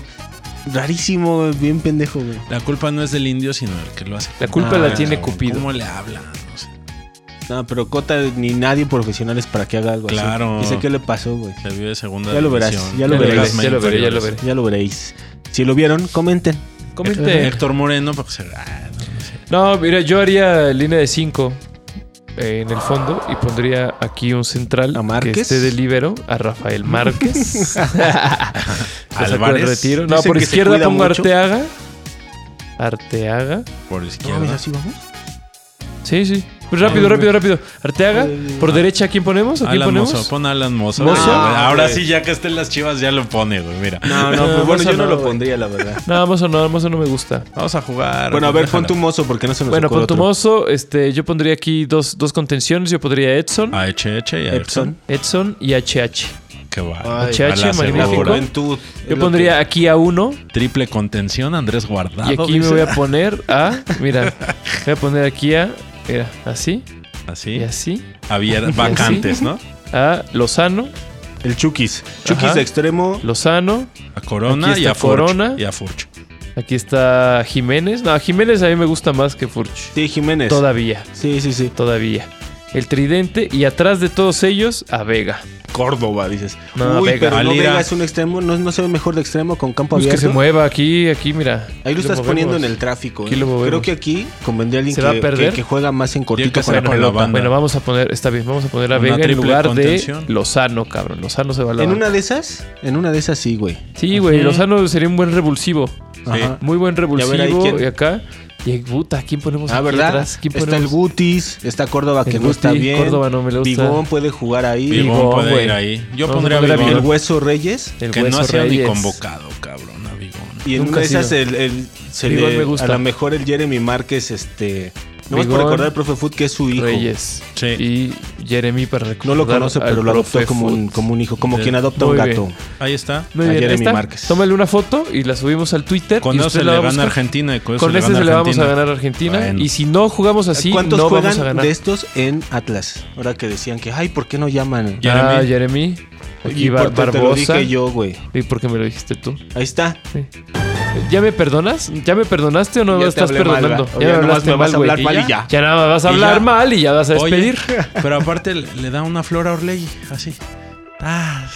Speaker 5: rarísimo, bien pendejo, güey.
Speaker 3: La culpa no es del indio, sino del que lo hace.
Speaker 4: La culpa
Speaker 5: Ah,
Speaker 4: la tiene
Speaker 5: cabrón,
Speaker 4: Cupido.
Speaker 3: ¿Cómo le habla? No sé.
Speaker 5: No, pero Cota ni nadie profesional es para que haga algo
Speaker 3: Claro.
Speaker 5: así. Y sé qué le pasó, güey.
Speaker 3: Se vio de segunda
Speaker 5: Ya lo verás,
Speaker 3: división.
Speaker 5: ya lo
Speaker 3: Ligas
Speaker 5: verás.
Speaker 4: Ya lo veré, ya lo veré.
Speaker 5: Ya lo veréis. Si lo vieron, comenten.
Speaker 4: Comente.
Speaker 3: Héctor Moreno, porque se... ah, no, no sé.
Speaker 4: No, mira, yo haría línea de 5 en el fondo y pondría aquí un central
Speaker 5: ¿A
Speaker 4: que
Speaker 5: Márquez?
Speaker 4: esté de libero a Rafael
Speaker 5: [LAUGHS]
Speaker 4: Márquez. Lo saco del
Speaker 3: Álvarez.
Speaker 4: retiro. No,
Speaker 5: Dicen
Speaker 4: por
Speaker 5: que se
Speaker 4: izquierda
Speaker 5: cuida
Speaker 4: pongo a
Speaker 5: mucho.
Speaker 4: Arteaga. Arteaga.
Speaker 3: Por
Speaker 5: No, mira,
Speaker 3: izquierda.
Speaker 5: así vamos.
Speaker 4: Sí, sí. Pues rápido, rápido, rápido. Arteaga. ¿Por derecha quién
Speaker 5: Ah,
Speaker 4: ponemos? ¿A quién
Speaker 3: Alan
Speaker 4: ponemos?
Speaker 3: Mozo, pon a Alan Mozo.
Speaker 5: Mozo.
Speaker 3: Ah, güey,
Speaker 5: Ah,
Speaker 3: ahora
Speaker 5: güey.
Speaker 3: sí, ya que estén las chivas, ya lo pone, güey. Mira.
Speaker 5: No,
Speaker 4: No,
Speaker 5: no, pues bueno,
Speaker 4: Mozo
Speaker 5: yo no
Speaker 4: no,
Speaker 5: lo
Speaker 4: güey.
Speaker 5: pondría, la verdad.
Speaker 4: No, Mozo no, Mozo no me gusta.
Speaker 3: Vamos a jugar.
Speaker 5: [LAUGHS] Bueno, a ver,
Speaker 3: déjala.
Speaker 5: pon tu mozo porque no se nos
Speaker 4: Bueno,
Speaker 5: ocurre
Speaker 4: con tu
Speaker 5: otro.
Speaker 4: Mozo, este, yo pondría aquí dos, dos contenciones. Yo podría Edson,
Speaker 5: Ah.
Speaker 3: A Ah, Eche Eche y a
Speaker 5: Epson.
Speaker 3: Epson.
Speaker 4: Edson y HH.
Speaker 3: Qué va.
Speaker 5: Ay,
Speaker 4: HH,
Speaker 3: A la
Speaker 4: magnífico.
Speaker 3: segura.
Speaker 5: Juventud.
Speaker 4: Yo pondría aquí a uno
Speaker 3: Triple contención, Andrés Guardado.
Speaker 4: Y aquí me
Speaker 3: dice.
Speaker 4: voy a poner [LAUGHS] a. Mira, voy a poner aquí a. Mira, así y
Speaker 3: Así.
Speaker 4: así.
Speaker 3: Abier-
Speaker 4: así.
Speaker 3: Vacantes, ¿no?
Speaker 4: A Lozano,
Speaker 5: El Chukis. Chukis
Speaker 4: Ajá.
Speaker 5: de extremo.
Speaker 4: Lozano.
Speaker 3: A Corona
Speaker 4: Aquí
Speaker 3: y
Speaker 4: está
Speaker 3: a Furch.
Speaker 4: Corona.
Speaker 3: Y a Furch.
Speaker 4: Aquí está Jiménez. No, Jiménez a mí me gusta más que Furch.
Speaker 5: Sí, Jiménez.
Speaker 4: Todavía,
Speaker 5: Sí, sí, sí.
Speaker 4: todavía. El tridente y atrás de todos ellos a Vega.
Speaker 5: Córdoba, dices.
Speaker 4: No,
Speaker 5: Uy,
Speaker 4: Vega.
Speaker 5: pero no
Speaker 3: Valera.
Speaker 5: Vega es un extremo, no, no se ve mejor de extremo con campo
Speaker 4: Pues que
Speaker 5: abierto.
Speaker 4: se mueva aquí, aquí, mira.
Speaker 5: Ahí lo, estás
Speaker 4: movemos.
Speaker 5: poniendo en el tráfico.
Speaker 4: Aquí
Speaker 5: ¿eh?
Speaker 4: lo movemos.
Speaker 5: Creo que aquí convendría alguien
Speaker 4: ¿Se va
Speaker 5: que,
Speaker 4: a perder?
Speaker 5: que- que juega más en
Speaker 3: Y el
Speaker 5: cortito
Speaker 3: que
Speaker 5: con
Speaker 3: se
Speaker 5: la
Speaker 3: va con la
Speaker 5: pelota.
Speaker 3: banda.
Speaker 4: Bueno, vamos a poner, está bien, vamos a poner a
Speaker 3: Una
Speaker 4: Vega en
Speaker 3: triple
Speaker 4: lugar de
Speaker 3: contención.
Speaker 4: Lozano, cabrón. Lozano se va a la
Speaker 5: En
Speaker 4: banca.
Speaker 5: una de esas, en una de esas sí, güey.
Speaker 4: Sí, güey,
Speaker 3: Ujú.
Speaker 4: Lozano sería un buen revulsivo.
Speaker 5: Ajá.
Speaker 4: Muy buen
Speaker 5: Y a ver ahí
Speaker 4: revulsivo.
Speaker 5: quién.
Speaker 4: Y acá. Y puta, ¿quién ponemos
Speaker 5: Ah,
Speaker 4: Pues aquí
Speaker 5: ¿verdad?
Speaker 4: atrás? ¿Quién
Speaker 5: Está el
Speaker 4: ponemos?
Speaker 5: Gutis, está Córdoba que
Speaker 4: El
Speaker 5: no está
Speaker 4: Guti,
Speaker 5: bien.
Speaker 4: Córdoba no me le gusta.
Speaker 5: Bigón puede jugar ahí.
Speaker 4: Bigón,
Speaker 3: Bigón puede
Speaker 4: güey.
Speaker 3: ir ahí. Yo
Speaker 4: No,
Speaker 3: pondría a
Speaker 4: no, no,
Speaker 5: El
Speaker 3: Bigón.
Speaker 5: Hueso Reyes.
Speaker 4: El
Speaker 3: Que no
Speaker 4: Hueso
Speaker 3: ha sido ni
Speaker 4: Reyes.
Speaker 3: convocado, cabrón, a Bigón.
Speaker 5: Y en
Speaker 4: Nunca
Speaker 5: una de
Speaker 4: ha sido.
Speaker 5: esas, el, el- se
Speaker 4: Bigón
Speaker 5: le-
Speaker 4: me gusta.
Speaker 5: a lo mejor el Jeremy Márquez, este. No más por
Speaker 4: Bigón,
Speaker 5: recordar al profe Foot que es su hijo.
Speaker 4: Reyes.
Speaker 3: Sí.
Speaker 4: Y Jeremy para recordar
Speaker 5: No lo conoce,
Speaker 4: al
Speaker 5: pero lo adoptó
Speaker 4: profe
Speaker 5: como un,
Speaker 4: Foot.
Speaker 5: como un hijo, como
Speaker 3: Sí.
Speaker 5: quien adopta
Speaker 4: Muy
Speaker 5: un
Speaker 4: bien.
Speaker 5: gato.
Speaker 3: Ahí está.
Speaker 4: Muy
Speaker 5: a
Speaker 4: bien,
Speaker 5: Jeremy
Speaker 4: está.
Speaker 5: Márquez.
Speaker 4: Tómale una foto y la subimos al Twitter.
Speaker 3: Con
Speaker 4: y
Speaker 3: eso
Speaker 4: usted
Speaker 3: se
Speaker 4: la
Speaker 3: le
Speaker 4: va a
Speaker 3: gana a
Speaker 4: buscar.
Speaker 3: Argentina. y Con, eso
Speaker 4: Con
Speaker 3: le
Speaker 4: este
Speaker 3: gana
Speaker 4: se le vamos a
Speaker 3: Argentina.
Speaker 4: ganar a Argentina.
Speaker 3: Bueno.
Speaker 4: Y si no jugamos así,
Speaker 5: ¿Cuántos
Speaker 4: no vamos a
Speaker 5: juegan
Speaker 4: ganar.
Speaker 5: de estos en Atlas? Ahora que decían que, ay, ¿por qué no llaman?
Speaker 3: Ya.
Speaker 4: Ah, Jeremy.
Speaker 3: Jeremy.
Speaker 4: Aquí va
Speaker 5: por- te lo
Speaker 4: Barbosa.
Speaker 5: dije yo, güey.
Speaker 4: ¿Y por qué me lo dijiste tú?
Speaker 5: Ahí está.
Speaker 4: ¿Ya me perdonas? ¿Ya me perdonaste o no
Speaker 5: Ya
Speaker 4: me
Speaker 5: te
Speaker 4: estás
Speaker 5: hablé mal,
Speaker 4: perdonando?
Speaker 5: ¿verdad? O
Speaker 4: ya
Speaker 5: ya
Speaker 4: me
Speaker 5: nomás
Speaker 4: hablaste
Speaker 5: me vas
Speaker 4: mal,
Speaker 5: a
Speaker 4: güey.
Speaker 5: hablar mal y ya.
Speaker 4: Ya nada más vas a
Speaker 3: Y
Speaker 4: hablar
Speaker 3: ya.
Speaker 4: mal y ya vas a
Speaker 3: Oye,
Speaker 4: despedir.
Speaker 3: Pero aparte le le da una flor a Orlegi, así. Ah,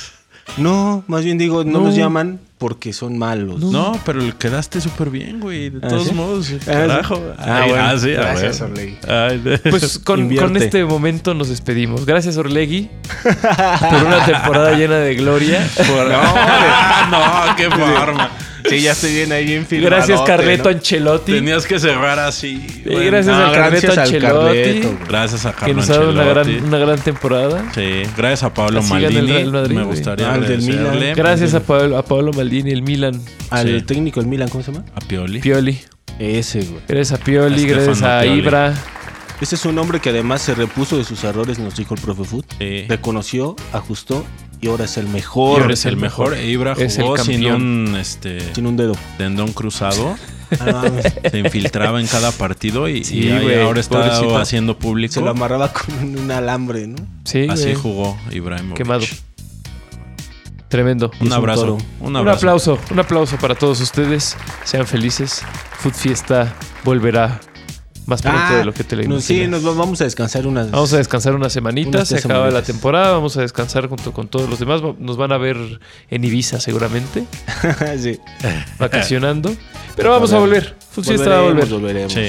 Speaker 5: No, más bien digo,
Speaker 4: No.
Speaker 5: no, nos llaman porque son malos.
Speaker 3: no, pero le quedaste súper bien, güey. De todos
Speaker 5: ¿sí?
Speaker 3: modos,
Speaker 5: Ah,
Speaker 3: carajo.
Speaker 5: Ah,
Speaker 3: Ay,
Speaker 5: bueno.
Speaker 3: ah, sí, a
Speaker 5: Gracias,
Speaker 3: ver.
Speaker 5: Orlegi.
Speaker 3: Ay,
Speaker 4: [LAUGHS] [LAUGHS]
Speaker 3: de- [LAUGHS]
Speaker 4: Pues con,
Speaker 5: Invierte.
Speaker 4: con este momento nos despedimos. Gracias Orlegui por una temporada llena de gloria.
Speaker 3: Ah, no, qué forma.
Speaker 5: [LAUGHS] Sí, ya estoy bien ahí, bien
Speaker 4: Gracias
Speaker 5: firmadote,
Speaker 4: Carleto
Speaker 5: ¿no?
Speaker 4: Ancelotti.
Speaker 3: Tenías que cerrar así.
Speaker 4: Y
Speaker 3: güey.
Speaker 4: gracias
Speaker 5: No,
Speaker 4: al Carleto
Speaker 5: gracias al
Speaker 4: Ancelotti
Speaker 5: Carleto, güey.
Speaker 3: Gracias a
Speaker 4: que
Speaker 3: Carlos
Speaker 4: nos ha dado una gran,
Speaker 3: Ancelotti.
Speaker 4: una gran temporada.
Speaker 3: Sí, gracias a Pablo
Speaker 4: Así gana el
Speaker 3: Maldini.
Speaker 4: Real Madrid,
Speaker 3: me
Speaker 4: güey.
Speaker 3: gustaría
Speaker 5: Ah, el del Milan.
Speaker 3: agradecerle
Speaker 4: Gracias a Pablo, a Pablo Maldini, el Milan,
Speaker 5: Al
Speaker 3: Sí.
Speaker 5: técnico del Milan, ¿cómo se llama?
Speaker 3: a Pioli.
Speaker 4: Pioli.
Speaker 5: Ese, güey.
Speaker 4: Gracias a Pioli,
Speaker 3: Estefano
Speaker 4: gracias a
Speaker 3: Pioli.
Speaker 4: Ibra.
Speaker 5: Ese Este es un hombre que además se repuso de sus errores, nos dijo el profe Foot.
Speaker 3: Sí.
Speaker 5: Reconoció, ajustó y ahora es el
Speaker 3: Y
Speaker 5: mejor.
Speaker 3: ahora es el mejor. Ibra
Speaker 4: Es el
Speaker 3: jugó sin
Speaker 4: campeón.
Speaker 3: un este,
Speaker 5: Sin un dedo.
Speaker 3: tendón cruzado.
Speaker 5: Ah, no mames.
Speaker 3: se infiltraba en cada partido y,
Speaker 4: Sí,
Speaker 3: y ahí
Speaker 4: güey,
Speaker 3: ahora está
Speaker 4: pobrecito.
Speaker 3: haciendo público.
Speaker 5: [LAUGHS] se lo amarraba con un alambre, ¿no?
Speaker 4: Sí,
Speaker 3: Así
Speaker 4: güey.
Speaker 3: Ah, jugó Ibrahimovic.
Speaker 4: Quemado. Tremendo.
Speaker 3: Un
Speaker 5: un
Speaker 3: abrazo,
Speaker 5: toro.
Speaker 3: un
Speaker 4: Un,
Speaker 3: abrazo.
Speaker 4: aplauso, un aplauso para todos ustedes. Sean felices. Food Fiesta volverá más pronto
Speaker 5: Ah,
Speaker 4: de lo que te lo
Speaker 5: no,
Speaker 4: imaginas.
Speaker 5: Sí, nos va- vamos a descansar unas.
Speaker 4: Vamos
Speaker 5: [LAUGHS]
Speaker 4: a descansar unas semanitas.
Speaker 5: Unas
Speaker 4: se
Speaker 5: tres
Speaker 4: acaba la
Speaker 5: semanitas.
Speaker 3: [LAUGHS]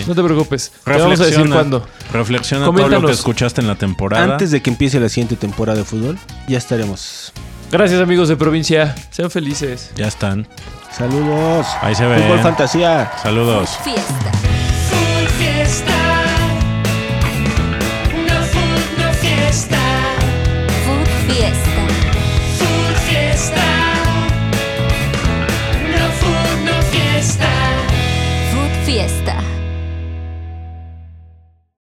Speaker 4: Gracias, amigos de provincia. Sean felices.
Speaker 3: Ya están.
Speaker 5: Saludos.
Speaker 3: Ahí se ven.
Speaker 5: Fútbol fantasía.
Speaker 3: Saludos.
Speaker 2: fiesta.
Speaker 1: Full fiesta. Una full no fiesta.
Speaker 2: Food fiesta.
Speaker 1: Full fiesta. Una full no fiesta.
Speaker 2: Food fiesta.